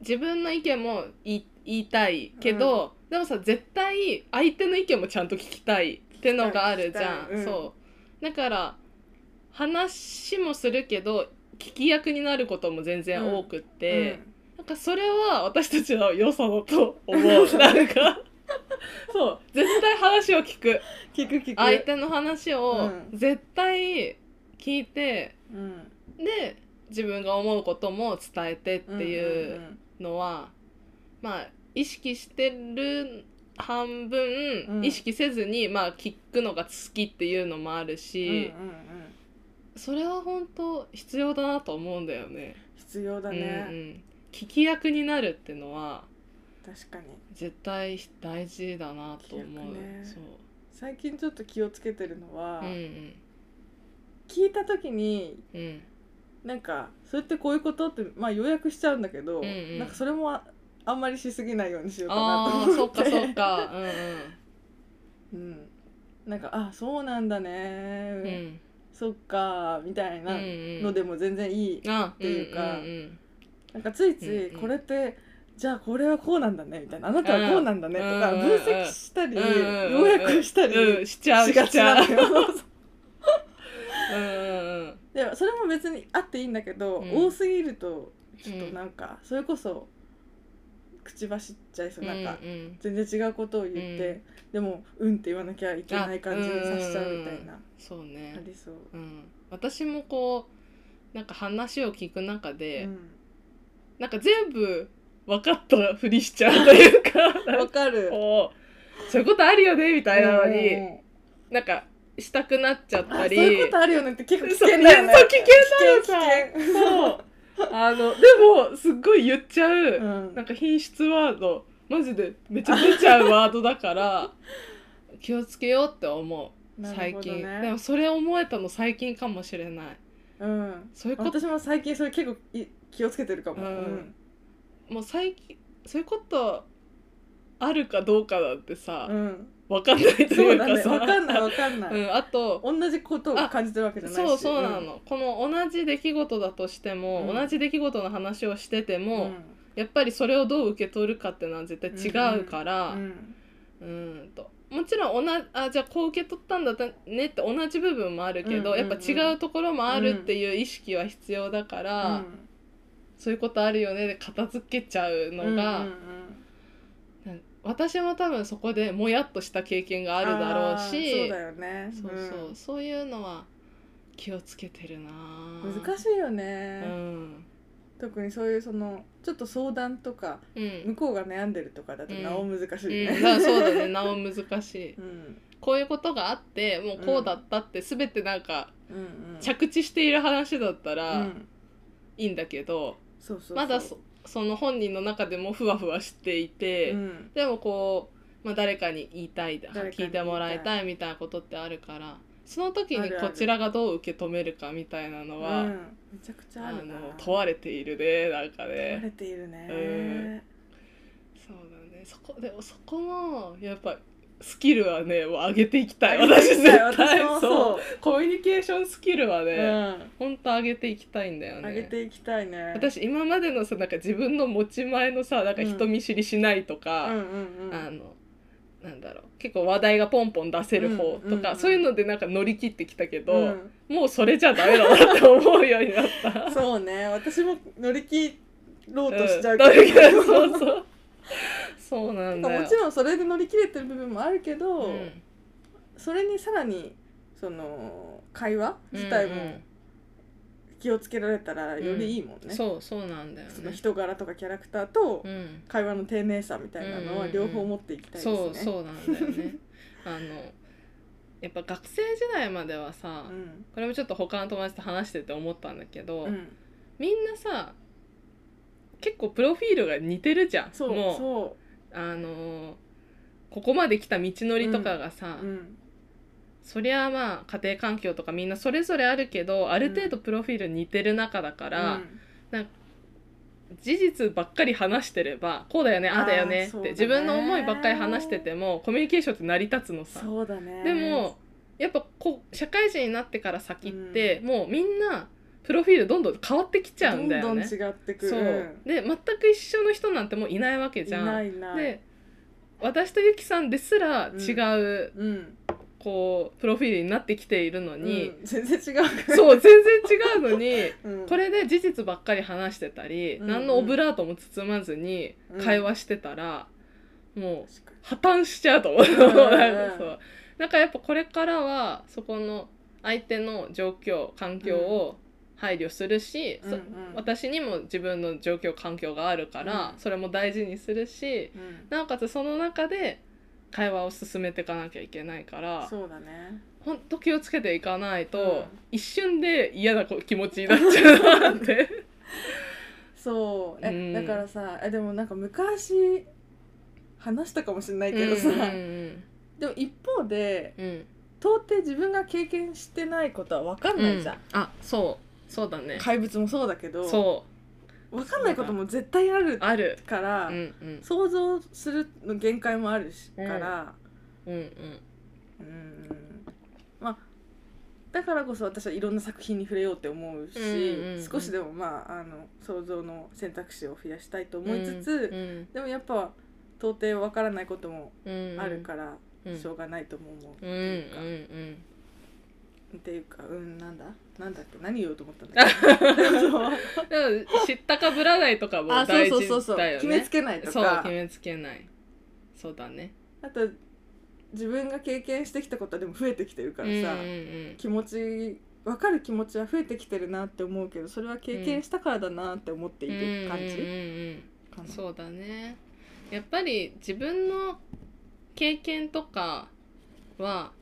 Speaker 1: 自分の意見も言い言いたいけど、でもさ絶対相手の意見もちゃんと聞きたいってのがあるじゃ
Speaker 2: 聞き
Speaker 1: ん、
Speaker 2: たいうん
Speaker 1: そうだから話もするけど聞き役になることも全然多くって、なんかそれは私たちの良さだと思
Speaker 2: (laughs)
Speaker 1: うなんかそう絶対話を聞く
Speaker 2: うん聞く聞く
Speaker 1: 相手の話を
Speaker 2: うん
Speaker 1: 絶対聞いて、
Speaker 2: うん
Speaker 1: で自分が思うことも伝えてって
Speaker 2: ん
Speaker 1: いううのは、まあ意識してる半分、
Speaker 2: うん
Speaker 1: 意識せずにまあ聞くのが好きっていうのもある
Speaker 2: うん
Speaker 1: し、
Speaker 2: うんうん
Speaker 1: それは本当必要だなと思うんだよね。
Speaker 2: 必要だ
Speaker 1: うんう
Speaker 2: ね、
Speaker 1: ん、聞き役になるってのは
Speaker 2: 確かに
Speaker 1: 絶対大事だなと思う。
Speaker 2: 聞き役ね
Speaker 1: そう
Speaker 2: 最近ちょっと気をつけてるのは、
Speaker 1: うん
Speaker 2: 聞いた時に
Speaker 1: うんうん
Speaker 2: なんかそれってこういうことってまあ要約しちゃうんだけど、
Speaker 1: うんうん
Speaker 2: なんかそれもああんまりしすぎないようにしようかなと
Speaker 1: あ
Speaker 2: 思
Speaker 1: あ
Speaker 2: っ
Speaker 1: ー
Speaker 2: て
Speaker 1: そっかそっかうん
Speaker 2: うん、なんかあそうなんだね、
Speaker 1: うんうん
Speaker 2: そっかみたいな
Speaker 1: うん
Speaker 2: のでも全然いい、
Speaker 1: あ
Speaker 2: ていうか
Speaker 1: んん
Speaker 2: なんかついつい
Speaker 1: うんうん
Speaker 2: これって、じゃあこれはこうなんだねみたいなあなたはこうなんだねとか
Speaker 1: うん
Speaker 2: 分析したり、
Speaker 1: うんうん
Speaker 2: 要約したり
Speaker 1: うんうん、しちゃう
Speaker 2: しが
Speaker 1: し
Speaker 2: ち
Speaker 1: ちゃ
Speaker 2: な
Speaker 1: う
Speaker 2: のよ。
Speaker 1: うんうんうん
Speaker 2: (laughs) でそれも別にあっていいんだけど、
Speaker 1: うん
Speaker 2: 多すぎるとちょっとなんか、それこそ口走っちゃいそうなんか、
Speaker 1: うんうん
Speaker 2: 全然違うことを言って、でも「うん」って言わなきゃいけない感じにさせちゃうみたいな、
Speaker 1: そうね
Speaker 2: ありそう。
Speaker 1: うん、私もこうなんか話を聞く中で、
Speaker 2: うん
Speaker 1: なんか全部分かったふりしちゃうというか
Speaker 2: (laughs)
Speaker 1: なん
Speaker 2: わ
Speaker 1: か
Speaker 2: かる。
Speaker 1: こうそういうことあるよねみたいなのに、
Speaker 2: うんうんうん
Speaker 1: なんかしたくなっちゃった
Speaker 2: あそう
Speaker 1: り
Speaker 2: いうことあるよねって結構危
Speaker 1: そう
Speaker 2: 険だよね。
Speaker 1: そう危険
Speaker 2: 危険危険
Speaker 1: そうあのでもすっごい言っちゃう、
Speaker 2: うん
Speaker 1: なんか品質ワードマジでめっちゃ出ちゃうワードだから (laughs) 気をつけようって思う、
Speaker 2: なる
Speaker 1: 最
Speaker 2: ほど
Speaker 1: 近、
Speaker 2: ね
Speaker 1: でもそれ思えたの最近かもしれない
Speaker 2: うん。
Speaker 1: そういうこと
Speaker 2: 私も最近それ結構い気をつけてるかも。
Speaker 1: う
Speaker 2: うんん。
Speaker 1: もう最近そういうことあるかどうかなんてさ、
Speaker 2: うん。
Speaker 1: わかんないと
Speaker 2: そ
Speaker 1: いううか
Speaker 2: だ
Speaker 1: さ
Speaker 2: ね。わかんないわかんな
Speaker 1: う
Speaker 2: い。
Speaker 1: ん、あと
Speaker 2: 同じことを感じてるわけじゃないし。
Speaker 1: そうそうなの、この同じ出来事だとしても、
Speaker 2: うん
Speaker 1: 同じ出来事の話をしてて
Speaker 2: うん。
Speaker 1: も、
Speaker 2: うん
Speaker 1: やっぱりそれをどう受け取るかっていうのは絶対違うから、
Speaker 2: う
Speaker 1: うん
Speaker 2: ん
Speaker 1: んともちろんおなあじゃあこう受け取ったんだねって同じ部分もあるけど、
Speaker 2: うんうんうん
Speaker 1: やっぱ違うところもあるっていう意識は必要だから、
Speaker 2: うん
Speaker 1: そういうことあるよねで片付けちゃうのが、
Speaker 2: うんうん
Speaker 1: なん私も多分そこでもやっとした経験があるだろう
Speaker 2: あーそ
Speaker 1: し
Speaker 2: うだよね。
Speaker 1: そうそうそういうのは気をつけてるな
Speaker 2: うん難
Speaker 1: し
Speaker 2: しいよ
Speaker 1: い
Speaker 2: ね
Speaker 1: う。ん
Speaker 2: 特にそういうそのちょっと相談とか
Speaker 1: うん、うん
Speaker 2: 向こうが悩んでるとかだとなお難しいね。
Speaker 1: だからそうだねなお難しい
Speaker 2: (laughs) うん。
Speaker 1: こういうことがあってもうこうだったって全てなんか
Speaker 2: うんうん。
Speaker 1: 着地している話だった
Speaker 2: う
Speaker 1: ら
Speaker 2: ん
Speaker 1: いいんだけど、
Speaker 2: そうそうそう
Speaker 1: まだそその本人の中でもふわふわしていて、
Speaker 2: うん
Speaker 1: でもこう、まあ、誰かに言いたい
Speaker 2: 誰かに言いたい
Speaker 1: 聞いてもらいたいみたいなことってあるからその時
Speaker 2: あ
Speaker 1: に
Speaker 2: るあ
Speaker 1: こ
Speaker 2: る
Speaker 1: ちらがどう受け止めるかみたいなのはあ
Speaker 2: うんめちゃくちゃあるな
Speaker 1: の問われているねなんか
Speaker 2: 問わ
Speaker 1: ね
Speaker 2: れているね、
Speaker 1: うんそうだねそこでもそこもやっぱスキルはねもう上げていきたい私絶対
Speaker 2: 私
Speaker 1: そ
Speaker 2: も
Speaker 1: う
Speaker 2: そう
Speaker 1: コミュニケーションスキルは
Speaker 2: う
Speaker 1: ね、
Speaker 2: ん
Speaker 1: ほんと上げていきたいんだよね
Speaker 2: 上げていきたいね
Speaker 1: 私今までのさなんか自分の持ち前のさなんか人見知りしないとか、
Speaker 2: うんうんうん
Speaker 1: あのなんだろう結構話題がポンポン出せる方とか、
Speaker 2: うんうんうん
Speaker 1: そういうのでなんか乗り切ってきたけど、
Speaker 2: うん
Speaker 1: もうそれじゃダメだなって思うようにな
Speaker 2: (laughs)
Speaker 1: った。
Speaker 2: そうね私も乗り切ろうとしちゃうけど、
Speaker 1: うんそう
Speaker 2: (laughs)
Speaker 1: そうそうなんだよ。
Speaker 2: もちろんそれで乗り切れてる部分もあるけど、
Speaker 1: うん
Speaker 2: それにさらにその会話自体
Speaker 1: うん
Speaker 2: も気をつけられたらよりいいもんね、
Speaker 1: うんそうそうなんだよね。
Speaker 2: その人柄とかキャラクターと
Speaker 1: うん、
Speaker 2: 会話の丁寧さみたいなのは両方持っていきたいですね、
Speaker 1: そうそうなんだよね。 (laughs) あのやっぱ学生時代まではさ、
Speaker 2: うん
Speaker 1: これもちょっと他の友達と話してて思ったんだけど、
Speaker 2: うん
Speaker 1: みんなさ結構プロフィールが似てるじゃん
Speaker 2: そう
Speaker 1: もう
Speaker 2: そ
Speaker 1: あのーここまで来た道のりとかがさ、
Speaker 2: う、うん、
Speaker 1: そりゃまあ家庭環境とかみんなそれぞれあるけどある程度プロフィール似てる中だから、
Speaker 2: うん
Speaker 1: 事実ばっかり話してればこうだよねああだよねって
Speaker 2: あーそうだね
Speaker 1: 自分の思いばっかり話しててもコミュニケーションって成り立つのさ。
Speaker 2: そうだね
Speaker 1: でもやっぱこう社会人になってから先って、もうみんなプロフィールどんどん変わってきちゃうんだよね。
Speaker 2: どんどん違ってくる
Speaker 1: そうで全く一緒の人なんてもういないわけ
Speaker 2: い
Speaker 1: じゃん。
Speaker 2: ないいない
Speaker 1: で私とゆきさんですら違う、
Speaker 2: うん
Speaker 1: こうプロフィールになってきているのに、
Speaker 2: うん全然違うから
Speaker 1: (laughs) そう全然違うのに
Speaker 2: うん
Speaker 1: これで事実ばっかり話してたり、
Speaker 2: うん
Speaker 1: 何のオブラートも包まずに
Speaker 2: うん
Speaker 1: 会話してたら、もう
Speaker 2: 確か
Speaker 1: 破綻しちゃうと思う。
Speaker 2: んうんうん
Speaker 1: なんかそうなんかやっぱこれからはそこの相手の状況環境を配慮するし、
Speaker 2: に
Speaker 1: そ
Speaker 2: うんうん
Speaker 1: 私にも自分の状況環境があるから、
Speaker 2: うん
Speaker 1: それも大事にするし
Speaker 2: うん
Speaker 1: なおかつその中で会話を進めていかなきゃいけないから
Speaker 2: そうだね
Speaker 1: ほんと気をつけていかないと、
Speaker 2: うん
Speaker 1: 一瞬で嫌な気持ちになっちゃうなって。
Speaker 2: (laughs) そうえ、
Speaker 1: うん
Speaker 2: だからさえでもなんか昔話したかもしれないけどさ、
Speaker 1: うんうん
Speaker 2: でも一方で
Speaker 1: うんうん
Speaker 2: 到底自分が経験してないことは分かんないじゃん、
Speaker 1: うんあそうそうだね
Speaker 2: 怪物もそうだけど
Speaker 1: そ
Speaker 2: 分かんないことも絶対ある
Speaker 1: うある
Speaker 2: から、
Speaker 1: うんうん
Speaker 2: 想像するの限界もあるし、
Speaker 1: うん
Speaker 2: から、
Speaker 1: うんうん
Speaker 2: うん、まあだからこそ私はいろんな作品に触れようって思うし、
Speaker 1: うんうんうん
Speaker 2: 少しでもまああの想像の選択肢を増やしたいと思いつつ、
Speaker 1: うん
Speaker 2: でもやっぱ到底わからないことも
Speaker 1: うんうん
Speaker 2: あるから、
Speaker 1: うん
Speaker 2: しょうがないとも思うって
Speaker 1: うんう
Speaker 2: いうか、
Speaker 1: ん
Speaker 2: っていうかうんなんだなんだっけ何言おうと思ったんだっけ (laughs)
Speaker 1: う
Speaker 2: そう
Speaker 1: んでも知ったかぶらないとかも
Speaker 2: あそう
Speaker 1: 大
Speaker 2: そうそう
Speaker 1: 事
Speaker 2: そう、
Speaker 1: だよ
Speaker 2: 決め
Speaker 1: ね
Speaker 2: つけないと
Speaker 1: そう
Speaker 2: か
Speaker 1: 決めつけないそうだね
Speaker 2: あと自分が経験してきたことはでも増えてきてるからさ、
Speaker 1: うんうん
Speaker 2: 気持ち分かる気持ちは増えてきてるなって思うけどそれは経験したからだなって思って
Speaker 1: うん
Speaker 2: いる感
Speaker 1: うんうん
Speaker 2: じ
Speaker 1: うん
Speaker 2: かな。
Speaker 1: そうだねやっぱり自分の経験とかは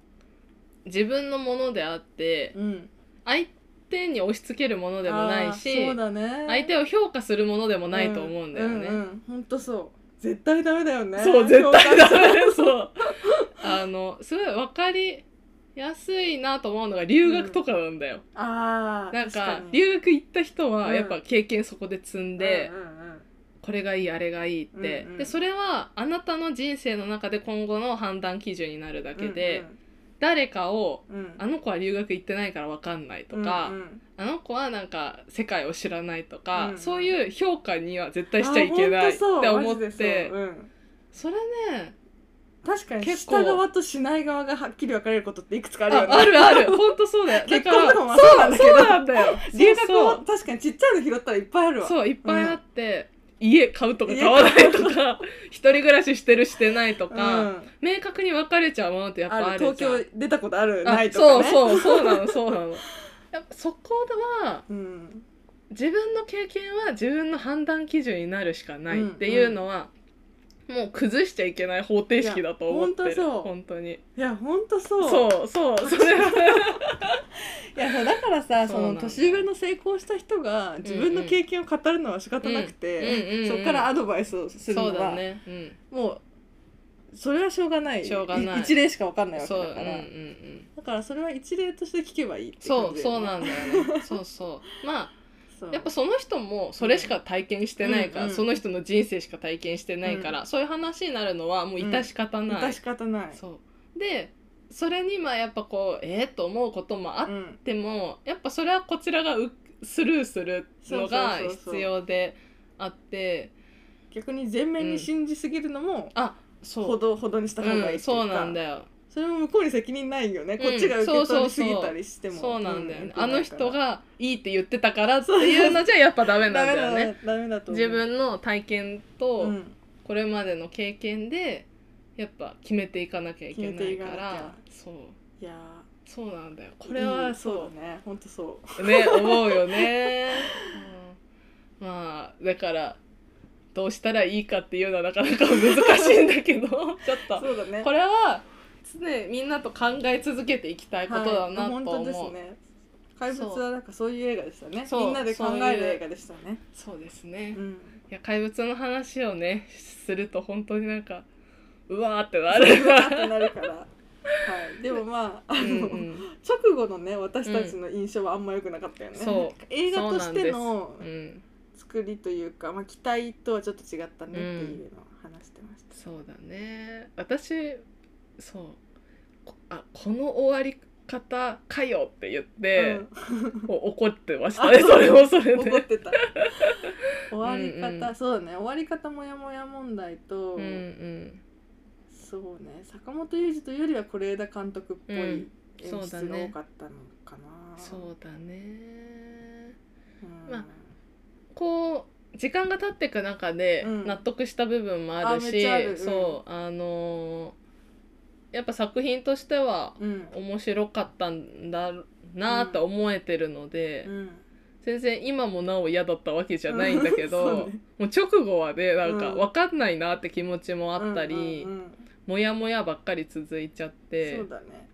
Speaker 1: 自分のものであって
Speaker 2: うん、
Speaker 1: 相手に押し付けるものでもない
Speaker 2: あー
Speaker 1: し
Speaker 2: そうだね
Speaker 1: 相手を評価するものでもないと思うんだよね。
Speaker 2: ううんうんほんとそう絶対ダメだよね
Speaker 1: そう絶対だ
Speaker 2: そう
Speaker 1: めそう (laughs) あのすごい分かりやすいなと思うのが留学とかなんだよ。
Speaker 2: ああ
Speaker 1: なんか留学行った人
Speaker 2: う
Speaker 1: は
Speaker 2: ん
Speaker 1: やっぱ経験そこで積んで、
Speaker 2: うんうん
Speaker 1: これがいいあれがいいって、
Speaker 2: うんうん
Speaker 1: でそれはあなたの人生の中で今後の判断基準になるだ
Speaker 2: うん、
Speaker 1: けで、誰かを
Speaker 2: うんうん、
Speaker 1: あの子は留学行ってないから分かんないとか、
Speaker 2: うんうん
Speaker 1: あの子はなんか世界を知らないとか、
Speaker 2: うんうん
Speaker 1: そういう評価には絶対しちゃいけない
Speaker 2: あ
Speaker 1: って
Speaker 2: ほんとそう
Speaker 1: 思っ
Speaker 2: マジで
Speaker 1: て
Speaker 2: そ
Speaker 1: そう
Speaker 2: うん
Speaker 1: れね
Speaker 2: 確かに
Speaker 1: 結構
Speaker 2: 下側としない側がはっきり分かれることっていくつかあ
Speaker 1: あ
Speaker 2: るよね
Speaker 1: あるあ (laughs) るほんとそうだよだ
Speaker 2: 結
Speaker 1: か
Speaker 2: 婚
Speaker 1: ら
Speaker 2: とかもそうなんだけど
Speaker 1: そうなんだよ
Speaker 2: 留学
Speaker 1: そう
Speaker 2: も確かにちっちゃいの拾ったらいっぱいあるわ
Speaker 1: そういっぱいあって、家買うとか買わないとか一人暮らししてるしてないとか、
Speaker 2: うん、
Speaker 1: 明確に分かれちゃうものってやっぱ
Speaker 2: あ
Speaker 1: あ
Speaker 2: る
Speaker 1: る
Speaker 2: 東
Speaker 1: じゃん
Speaker 2: 京出たことある
Speaker 1: あ
Speaker 2: ないとかねう
Speaker 1: そうそうそうなのそうなのやっぱそこは
Speaker 2: ん、
Speaker 1: 自分の経験は自分の判断基準になるしかないっていうのは、もう崩しちゃいけない方程式だと思ってる
Speaker 2: いや本当そう
Speaker 1: 本当に
Speaker 2: いやほんとそう
Speaker 1: そうそう (laughs) それは
Speaker 2: いやそうだからさそ
Speaker 1: そうな
Speaker 2: の
Speaker 1: んだ
Speaker 2: 年上の成功した人が自分の経験を語るのは仕方な
Speaker 1: うんう
Speaker 2: く
Speaker 1: んうんう
Speaker 2: て
Speaker 1: ん
Speaker 2: そこからアドバイスをするの
Speaker 1: そうだ
Speaker 2: は
Speaker 1: ねうん
Speaker 2: もうそれはしょうがない
Speaker 1: しょうがない
Speaker 2: 一例しかわかんないわけ
Speaker 1: そうう
Speaker 2: だ
Speaker 1: んう
Speaker 2: か
Speaker 1: んう
Speaker 2: ら
Speaker 1: ん
Speaker 2: だからそれは一例として聞けばいいって
Speaker 1: そ
Speaker 2: 感
Speaker 1: う
Speaker 2: じ
Speaker 1: そう
Speaker 2: だ
Speaker 1: な
Speaker 2: よね
Speaker 1: んだよねそうそうまあ
Speaker 2: そう
Speaker 1: やっぱその人もそれしか体験してないから、
Speaker 2: うんうん
Speaker 1: その人の人生しか体験してないから、そういう話になるのはもう致し方ない、
Speaker 2: 致し方ない
Speaker 1: そうでそれにまあやっぱこうえっ、と思うこともあっ
Speaker 2: うん
Speaker 1: ても、やっぱそれはこちらがうスルーするのが
Speaker 2: そうそうそうそう
Speaker 1: 必要であって
Speaker 2: 逆に全面に信じすぎるのも
Speaker 1: あそう
Speaker 2: ほどほどにした方がいい
Speaker 1: うん、
Speaker 2: ってい
Speaker 1: そう
Speaker 2: か
Speaker 1: うなんだよ
Speaker 2: それも向こうに責任ないよね、
Speaker 1: ん
Speaker 2: こっちが受け取りすぎたりしても
Speaker 1: そうなんだよね、
Speaker 2: うん
Speaker 1: あの人
Speaker 2: 良くないか
Speaker 1: がいいって言ってたからっていうのじゃやっぱダメな
Speaker 2: ら
Speaker 1: ん
Speaker 2: ダメ
Speaker 1: だ
Speaker 2: だ
Speaker 1: よね
Speaker 2: ねダメだと思
Speaker 1: 自
Speaker 2: う
Speaker 1: 分の体験と、
Speaker 2: うん
Speaker 1: これまでの経験でやっぱ決めていかなきゃいけないから
Speaker 2: 決めていかな
Speaker 1: そう
Speaker 2: いや
Speaker 1: そうなんだよ
Speaker 2: ー
Speaker 1: これは
Speaker 2: うん
Speaker 1: そう
Speaker 2: だね本当そう
Speaker 1: ね思うよね、うんまあだからどうしたらいいかっていうのはなかなか難しいんだけど
Speaker 2: (laughs)
Speaker 1: ちょっと
Speaker 2: そうだね
Speaker 1: これは常にみんなと考え続けていきたいこ
Speaker 2: は
Speaker 1: と
Speaker 2: い
Speaker 1: だなと思う、
Speaker 2: 本当ですね怪物はなんかそういう映画でしたね
Speaker 1: そう
Speaker 2: みんなで考
Speaker 1: そう
Speaker 2: え
Speaker 1: いう
Speaker 2: る映画でしたね
Speaker 1: そうですね、
Speaker 2: う
Speaker 1: い
Speaker 2: ん
Speaker 1: や怪物の話をねすると本当になんかうわーってなる
Speaker 2: うわーってなる
Speaker 1: (laughs)
Speaker 2: からはいでもまああ
Speaker 1: う
Speaker 2: の、
Speaker 1: んうん
Speaker 2: 直後のね私たちの印象はあんま良くなかったよね、
Speaker 1: うんそう
Speaker 2: 映画として
Speaker 1: そ
Speaker 2: の
Speaker 1: うなんですうん
Speaker 2: 作りというか、まあ、期待とはちょっと違ったねっていうのを話してました、
Speaker 1: そうだね私そうこあこの終わり方かよって言って、もう怒ってましたね
Speaker 2: (laughs) あ
Speaker 1: それもそれ
Speaker 2: うん、怒っ
Speaker 1: で。(laughs)
Speaker 2: てた終わり方、
Speaker 1: うんうん
Speaker 2: そうだね終わり方もやもや問題と、
Speaker 1: うんうん、
Speaker 2: そうね坂本龍二というよりは是枝監督っぽい演出が
Speaker 1: うんそうだね
Speaker 2: 多かったのかな、
Speaker 1: そうだね
Speaker 2: うん
Speaker 1: まこう時間が経っていく中で
Speaker 2: うん
Speaker 1: 納得した部分もある
Speaker 2: あめっ
Speaker 1: し、
Speaker 2: ちゃあるうん
Speaker 1: そうあのーやっぱ作品としては
Speaker 2: うん
Speaker 1: 面白かったんだなと思えてるので、
Speaker 2: うん
Speaker 1: 全然今もなお嫌だったわけじゃないんだけど、
Speaker 2: そうね
Speaker 1: もう直後はねなんか
Speaker 2: うん
Speaker 1: 分かんないなって気持ちもあったり、
Speaker 2: うんうんうん
Speaker 1: モヤモヤばっかり続いちゃって
Speaker 2: そうだね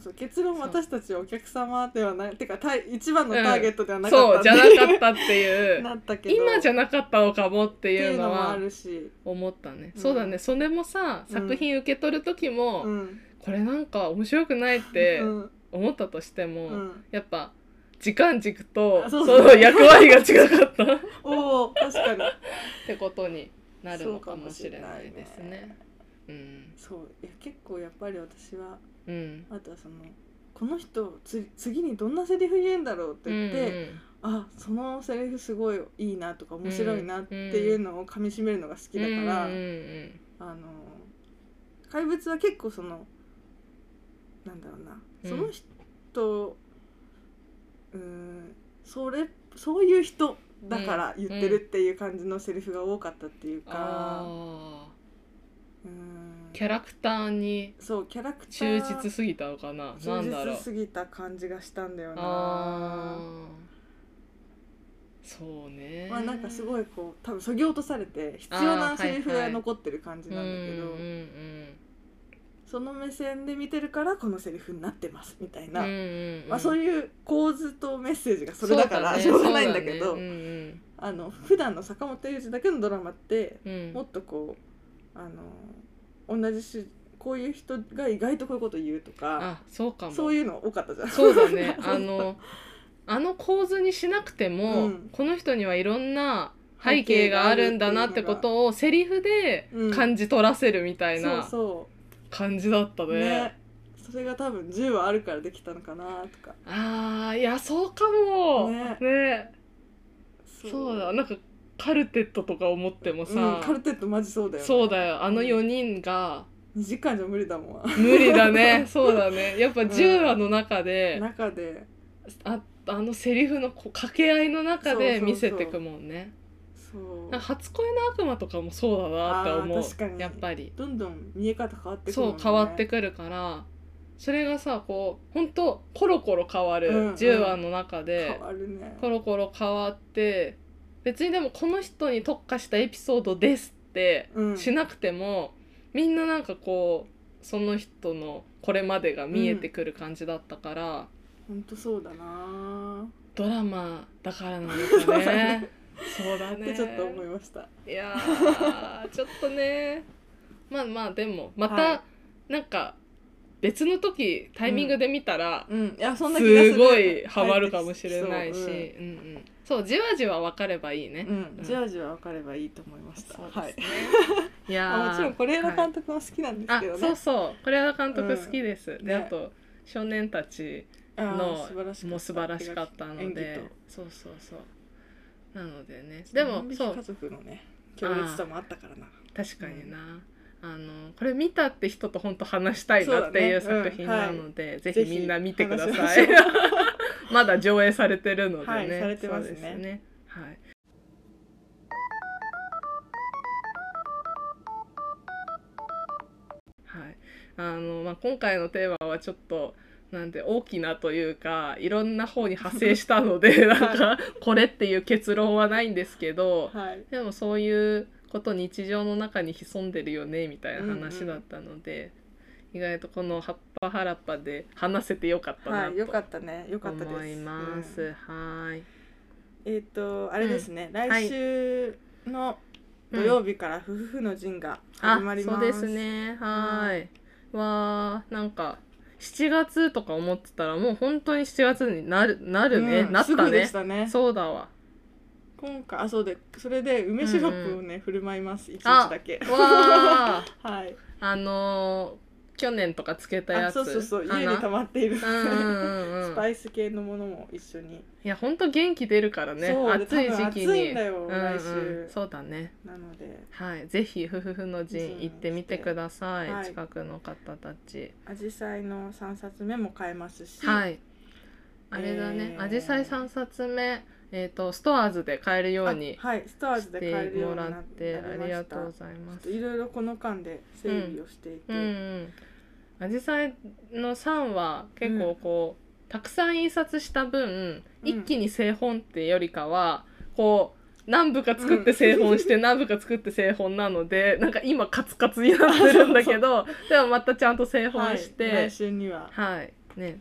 Speaker 2: そう結論私たちお客様ではないてかたい一番のターゲットではなか
Speaker 1: そ
Speaker 2: った
Speaker 1: うんじ
Speaker 2: で
Speaker 1: ゃなかったっていう
Speaker 2: (laughs) なったけど
Speaker 1: 今じ
Speaker 2: ゃっ
Speaker 1: ゃなかったのかもって
Speaker 2: て
Speaker 1: いうの
Speaker 2: もあ
Speaker 1: は
Speaker 2: るし、
Speaker 1: 思ったね、
Speaker 2: うん
Speaker 1: そうだねそれもさ
Speaker 2: うん
Speaker 1: 作品受け取る時も、
Speaker 2: うん
Speaker 1: これなんか面白くないって
Speaker 2: うん
Speaker 1: 思ったとしても、
Speaker 2: うん、
Speaker 1: やっぱ時間軸と
Speaker 2: あ
Speaker 1: そ
Speaker 2: そう
Speaker 1: の
Speaker 2: そう
Speaker 1: 役割が違かったっ
Speaker 2: おお確かに
Speaker 1: てことになるのかもしれない
Speaker 2: (laughs)
Speaker 1: ですね。うん、
Speaker 2: そういや結構やっぱり私は
Speaker 1: うん
Speaker 2: あとはそのこの人つ次にどんなセリフ言えんだろうって言って、あそのセリフすごいいいなとか面白いなっていうのをかみしめるのが好きだ
Speaker 1: う
Speaker 2: から、
Speaker 1: んうんうん
Speaker 2: あの怪物は結構そのなんだろうな
Speaker 1: うん
Speaker 2: その人うーんそれそういう人だから言ってるっていう感じのセリフが多かったっていうか、
Speaker 1: あ
Speaker 2: うー
Speaker 1: ー
Speaker 2: ん
Speaker 1: キャラクターに
Speaker 2: そうキャラクタ
Speaker 1: 忠
Speaker 2: ー
Speaker 1: 実すぎたのかななんだ
Speaker 2: 忠
Speaker 1: ろ
Speaker 2: 実
Speaker 1: う
Speaker 2: すぎた感じがしたんだよ
Speaker 1: あ
Speaker 2: な。
Speaker 1: ーそうね
Speaker 2: まあなんかすごいこう多分そぎ落とされて必要
Speaker 1: あー
Speaker 2: なセリフ
Speaker 1: はいは
Speaker 2: が
Speaker 1: い
Speaker 2: 残ってる感じなんだけど、
Speaker 1: うんうん
Speaker 2: その目線で見てるからこのセリフになってますみたい
Speaker 1: うんう
Speaker 2: な、
Speaker 1: んうんうん
Speaker 2: まあ、そういう構図とメッセージがそ
Speaker 1: そう
Speaker 2: れだからしょうがないんだけど
Speaker 1: だねうん
Speaker 2: あの普段の坂本龍二だけのドラマって
Speaker 1: うんうん
Speaker 2: もっとこうあの同じしこういう人が意外とこういうこと言うとか
Speaker 1: あそうかも
Speaker 2: そういうの多かったじゃん。
Speaker 1: そうだ
Speaker 2: (laughs)
Speaker 1: ねあのあの構図にしなくても、
Speaker 2: うん
Speaker 1: この人にはいろんな背景があるんだなってこ
Speaker 2: を
Speaker 1: とをセリフで
Speaker 2: うん
Speaker 1: 感じ取らせるみたい
Speaker 2: そう
Speaker 1: な
Speaker 2: そ
Speaker 1: 感じだったね。
Speaker 2: うねそれが多分10はあるからできたのかなとか
Speaker 1: あーいやそうかもね
Speaker 2: ね
Speaker 1: そうだなんかカルテットとか思っても
Speaker 2: うん
Speaker 1: さ、、
Speaker 2: カルテットマジそうだよ、ね、
Speaker 1: そうだよあの4人が
Speaker 2: 2時間じゃ無理だもん
Speaker 1: 無理だねそうだねやっぱ
Speaker 2: うん
Speaker 1: 10話の中で、
Speaker 2: 中で
Speaker 1: ああのセリフのこう掛け合いの中
Speaker 2: そうそう
Speaker 1: で
Speaker 2: そう
Speaker 1: 見せてくもんね。
Speaker 2: そう
Speaker 1: なんか初恋の悪魔とかもそうだなって思
Speaker 2: あ
Speaker 1: う
Speaker 2: ー確かに
Speaker 1: やっぱり、
Speaker 2: どんどん見え方変わってくるも
Speaker 1: そ
Speaker 2: ん
Speaker 1: う変わってくるからそれがさこうほんとコロコロ変わる、
Speaker 2: うんうん
Speaker 1: 10話の中で
Speaker 2: 変わるね
Speaker 1: コロコロ変わって別にでもこの人に特化したエピソードですって
Speaker 2: うん
Speaker 1: しなくても、みんななんかこうその人のこれまでが見えてくる感じだったから、
Speaker 2: 本当そうだな、
Speaker 1: ドラマだからなん
Speaker 2: (laughs)
Speaker 1: ですかね。そうだ
Speaker 2: っ
Speaker 1: ね
Speaker 2: てちょっと思いました
Speaker 1: いや
Speaker 2: (laughs)
Speaker 1: ーちょっとねまあまあでもまた、
Speaker 2: は
Speaker 1: なんか別の時タイミングで見たら、
Speaker 2: うんいやそんな気がする
Speaker 1: すごいハマるかもしれないし、う
Speaker 2: 帰っ
Speaker 1: ん
Speaker 2: て
Speaker 1: うん、そうじわじわ分かればいいね
Speaker 2: き。そううん、うんじわじわ分かればいいと思いました
Speaker 1: そうですね、
Speaker 2: はいい、
Speaker 1: や
Speaker 2: ま
Speaker 1: ー
Speaker 2: あもちろん是枝監督も好きなんです
Speaker 1: あ
Speaker 2: けどね、
Speaker 1: そうそう是枝監督好きです、
Speaker 2: ん
Speaker 1: で
Speaker 2: ね
Speaker 1: あと少年たち
Speaker 2: あー
Speaker 1: の
Speaker 2: 素晴らしかった
Speaker 1: も素晴らしかったの
Speaker 2: 演技
Speaker 1: で
Speaker 2: と
Speaker 1: そうそうそうなのでねでも
Speaker 2: 万引き
Speaker 1: そう
Speaker 2: 家族のね強烈さもあったからな
Speaker 1: 確かにな、あのこれ見たって人と本当話したい
Speaker 2: そう
Speaker 1: な
Speaker 2: だ
Speaker 1: っ
Speaker 2: ね
Speaker 1: ていう作
Speaker 2: う
Speaker 1: 品
Speaker 2: んは
Speaker 1: ないので、ぜ
Speaker 2: ぜ
Speaker 1: ひ
Speaker 2: ひ
Speaker 1: みんな見てくださ
Speaker 2: 話
Speaker 1: い
Speaker 2: しまし
Speaker 1: (laughs)
Speaker 2: ょ
Speaker 1: まだ上映されてるのでね、
Speaker 2: はいされてます
Speaker 1: そ
Speaker 2: ね
Speaker 1: うですねはいはいあのまあ、今回のテーマはちょっとなんで大きなというかいろんな方に派生したの
Speaker 2: (laughs)
Speaker 1: でなんかこれっていう結論はないんですけど、
Speaker 2: はい
Speaker 1: でもそういうこと日常の中に潜んでるよねみたいな話だったので、意外とこの「葉っぱはらっぱ」で話せてよかったな
Speaker 2: はいよか
Speaker 1: と
Speaker 2: ったねよかったです
Speaker 1: 思います。
Speaker 2: うん
Speaker 1: はい
Speaker 2: えっ、とあれですね、
Speaker 1: はい
Speaker 2: 来週の土曜日から夫婦の陣が始まりま
Speaker 1: あ
Speaker 2: す、
Speaker 1: そうですねはい、わーなんか7月とか思ってたらもう本当に7月になるなるね、
Speaker 2: うん
Speaker 1: なっ
Speaker 2: す
Speaker 1: た
Speaker 2: ぐで
Speaker 1: ね
Speaker 2: したね
Speaker 1: そうだわ
Speaker 2: 今回あそうでそれで梅シロップをね、振る舞います一日だけ
Speaker 1: わー
Speaker 2: (laughs) はい
Speaker 1: あのー去年とかつけたや
Speaker 2: あ
Speaker 1: つ
Speaker 2: そうそうそう
Speaker 1: かな
Speaker 2: 家に溜まっている、
Speaker 1: うんうんうんうん
Speaker 2: (laughs) スパイス系のものも一緒に
Speaker 1: いや本当元気出るからね
Speaker 2: そうで
Speaker 1: 暑い時期に
Speaker 2: 多分暑いんだよ来週
Speaker 1: そうだね
Speaker 2: なので
Speaker 1: はいぜひふふふの陣
Speaker 2: 陣
Speaker 1: 行ってみてください、
Speaker 2: はい
Speaker 1: 近くの方たち
Speaker 2: 紫陽花の三冊目も買えますし、、
Speaker 1: はいいあれだね
Speaker 2: えー
Speaker 1: アジサイ3冊目えっ、とストアーズで買えるように
Speaker 2: はいストアー
Speaker 1: し
Speaker 2: ズで買え
Speaker 1: て
Speaker 2: るよう
Speaker 1: も
Speaker 2: にな
Speaker 1: ら
Speaker 2: な
Speaker 1: ってありがとうご
Speaker 2: まし
Speaker 1: ざい
Speaker 2: た
Speaker 1: ま
Speaker 2: ちょっと
Speaker 1: す
Speaker 2: いろいろこの間で整備をしていて、
Speaker 1: うんうんアジサイの3は結構こう、たくさん印刷した分、
Speaker 2: うん
Speaker 1: 一気に製本ってよりかはこう何部か作って製本 (laughs) して何部か作って製本なので、なんか今カツカツになってるんだけ (laughs) どでもまたちゃんと製本して、は
Speaker 2: はいい、来週には
Speaker 1: ね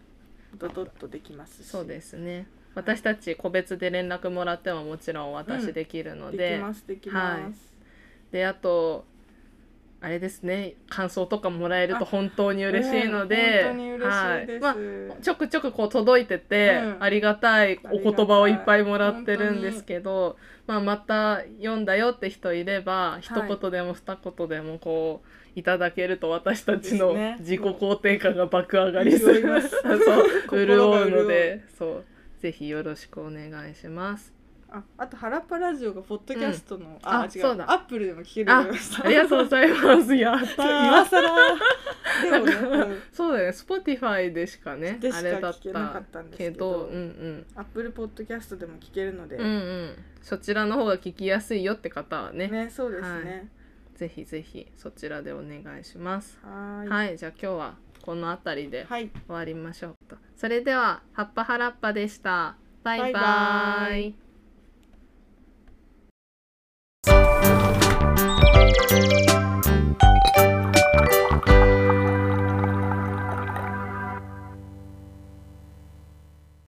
Speaker 2: ドドッとできますし
Speaker 1: そうですね私たち個別で連絡もらってももちろんお渡しできるの
Speaker 2: で
Speaker 1: で、
Speaker 2: きますできます、
Speaker 1: はいであとあれですね感想とかもらえると本当に嬉しいので、
Speaker 2: うん本当に嬉しいです、
Speaker 1: はいまあ、ちょくちょくこう届いてて、
Speaker 2: うん
Speaker 1: ありがたいお言葉をいっぱいもらってるんですけど、まあ、また読んだよって人いれば一言でも二言でもこういただけると私たちの
Speaker 2: ですね
Speaker 1: 自己肯定感が爆上がりする、
Speaker 2: 潤います
Speaker 1: そう
Speaker 2: 心が
Speaker 1: 潤
Speaker 2: 潤
Speaker 1: う
Speaker 2: う
Speaker 1: のでそうぜひよろしくお願いします。
Speaker 2: ああと「ハラッパラジオ」がポッドキャストの、
Speaker 1: あ
Speaker 2: あ違う
Speaker 1: そうだ
Speaker 2: アップルでも聞けるようになりました
Speaker 1: ありがとうございます。やったー
Speaker 2: 今更でもね、うん
Speaker 1: そう (laughs) だよね Spotify でしかね
Speaker 2: でし
Speaker 1: あ
Speaker 2: か
Speaker 1: れだっ
Speaker 2: 聞けなかったたんです
Speaker 1: け
Speaker 2: け
Speaker 1: ど
Speaker 2: ど
Speaker 1: うんうん
Speaker 2: アップルポッドキャストでも聞けるので、
Speaker 1: うんうんそちらの方が聞きやすいよって方はね
Speaker 2: ねそうですね
Speaker 1: ぜひぜひそちらでお願いします
Speaker 2: は
Speaker 1: は
Speaker 2: ー
Speaker 1: い、
Speaker 2: い
Speaker 1: じゃあ今日はこの辺りで
Speaker 2: はい
Speaker 1: 終わりましょうかそれでは「はっぱはらっぱ」でしたバイバ
Speaker 2: バイ
Speaker 1: イ
Speaker 2: バイ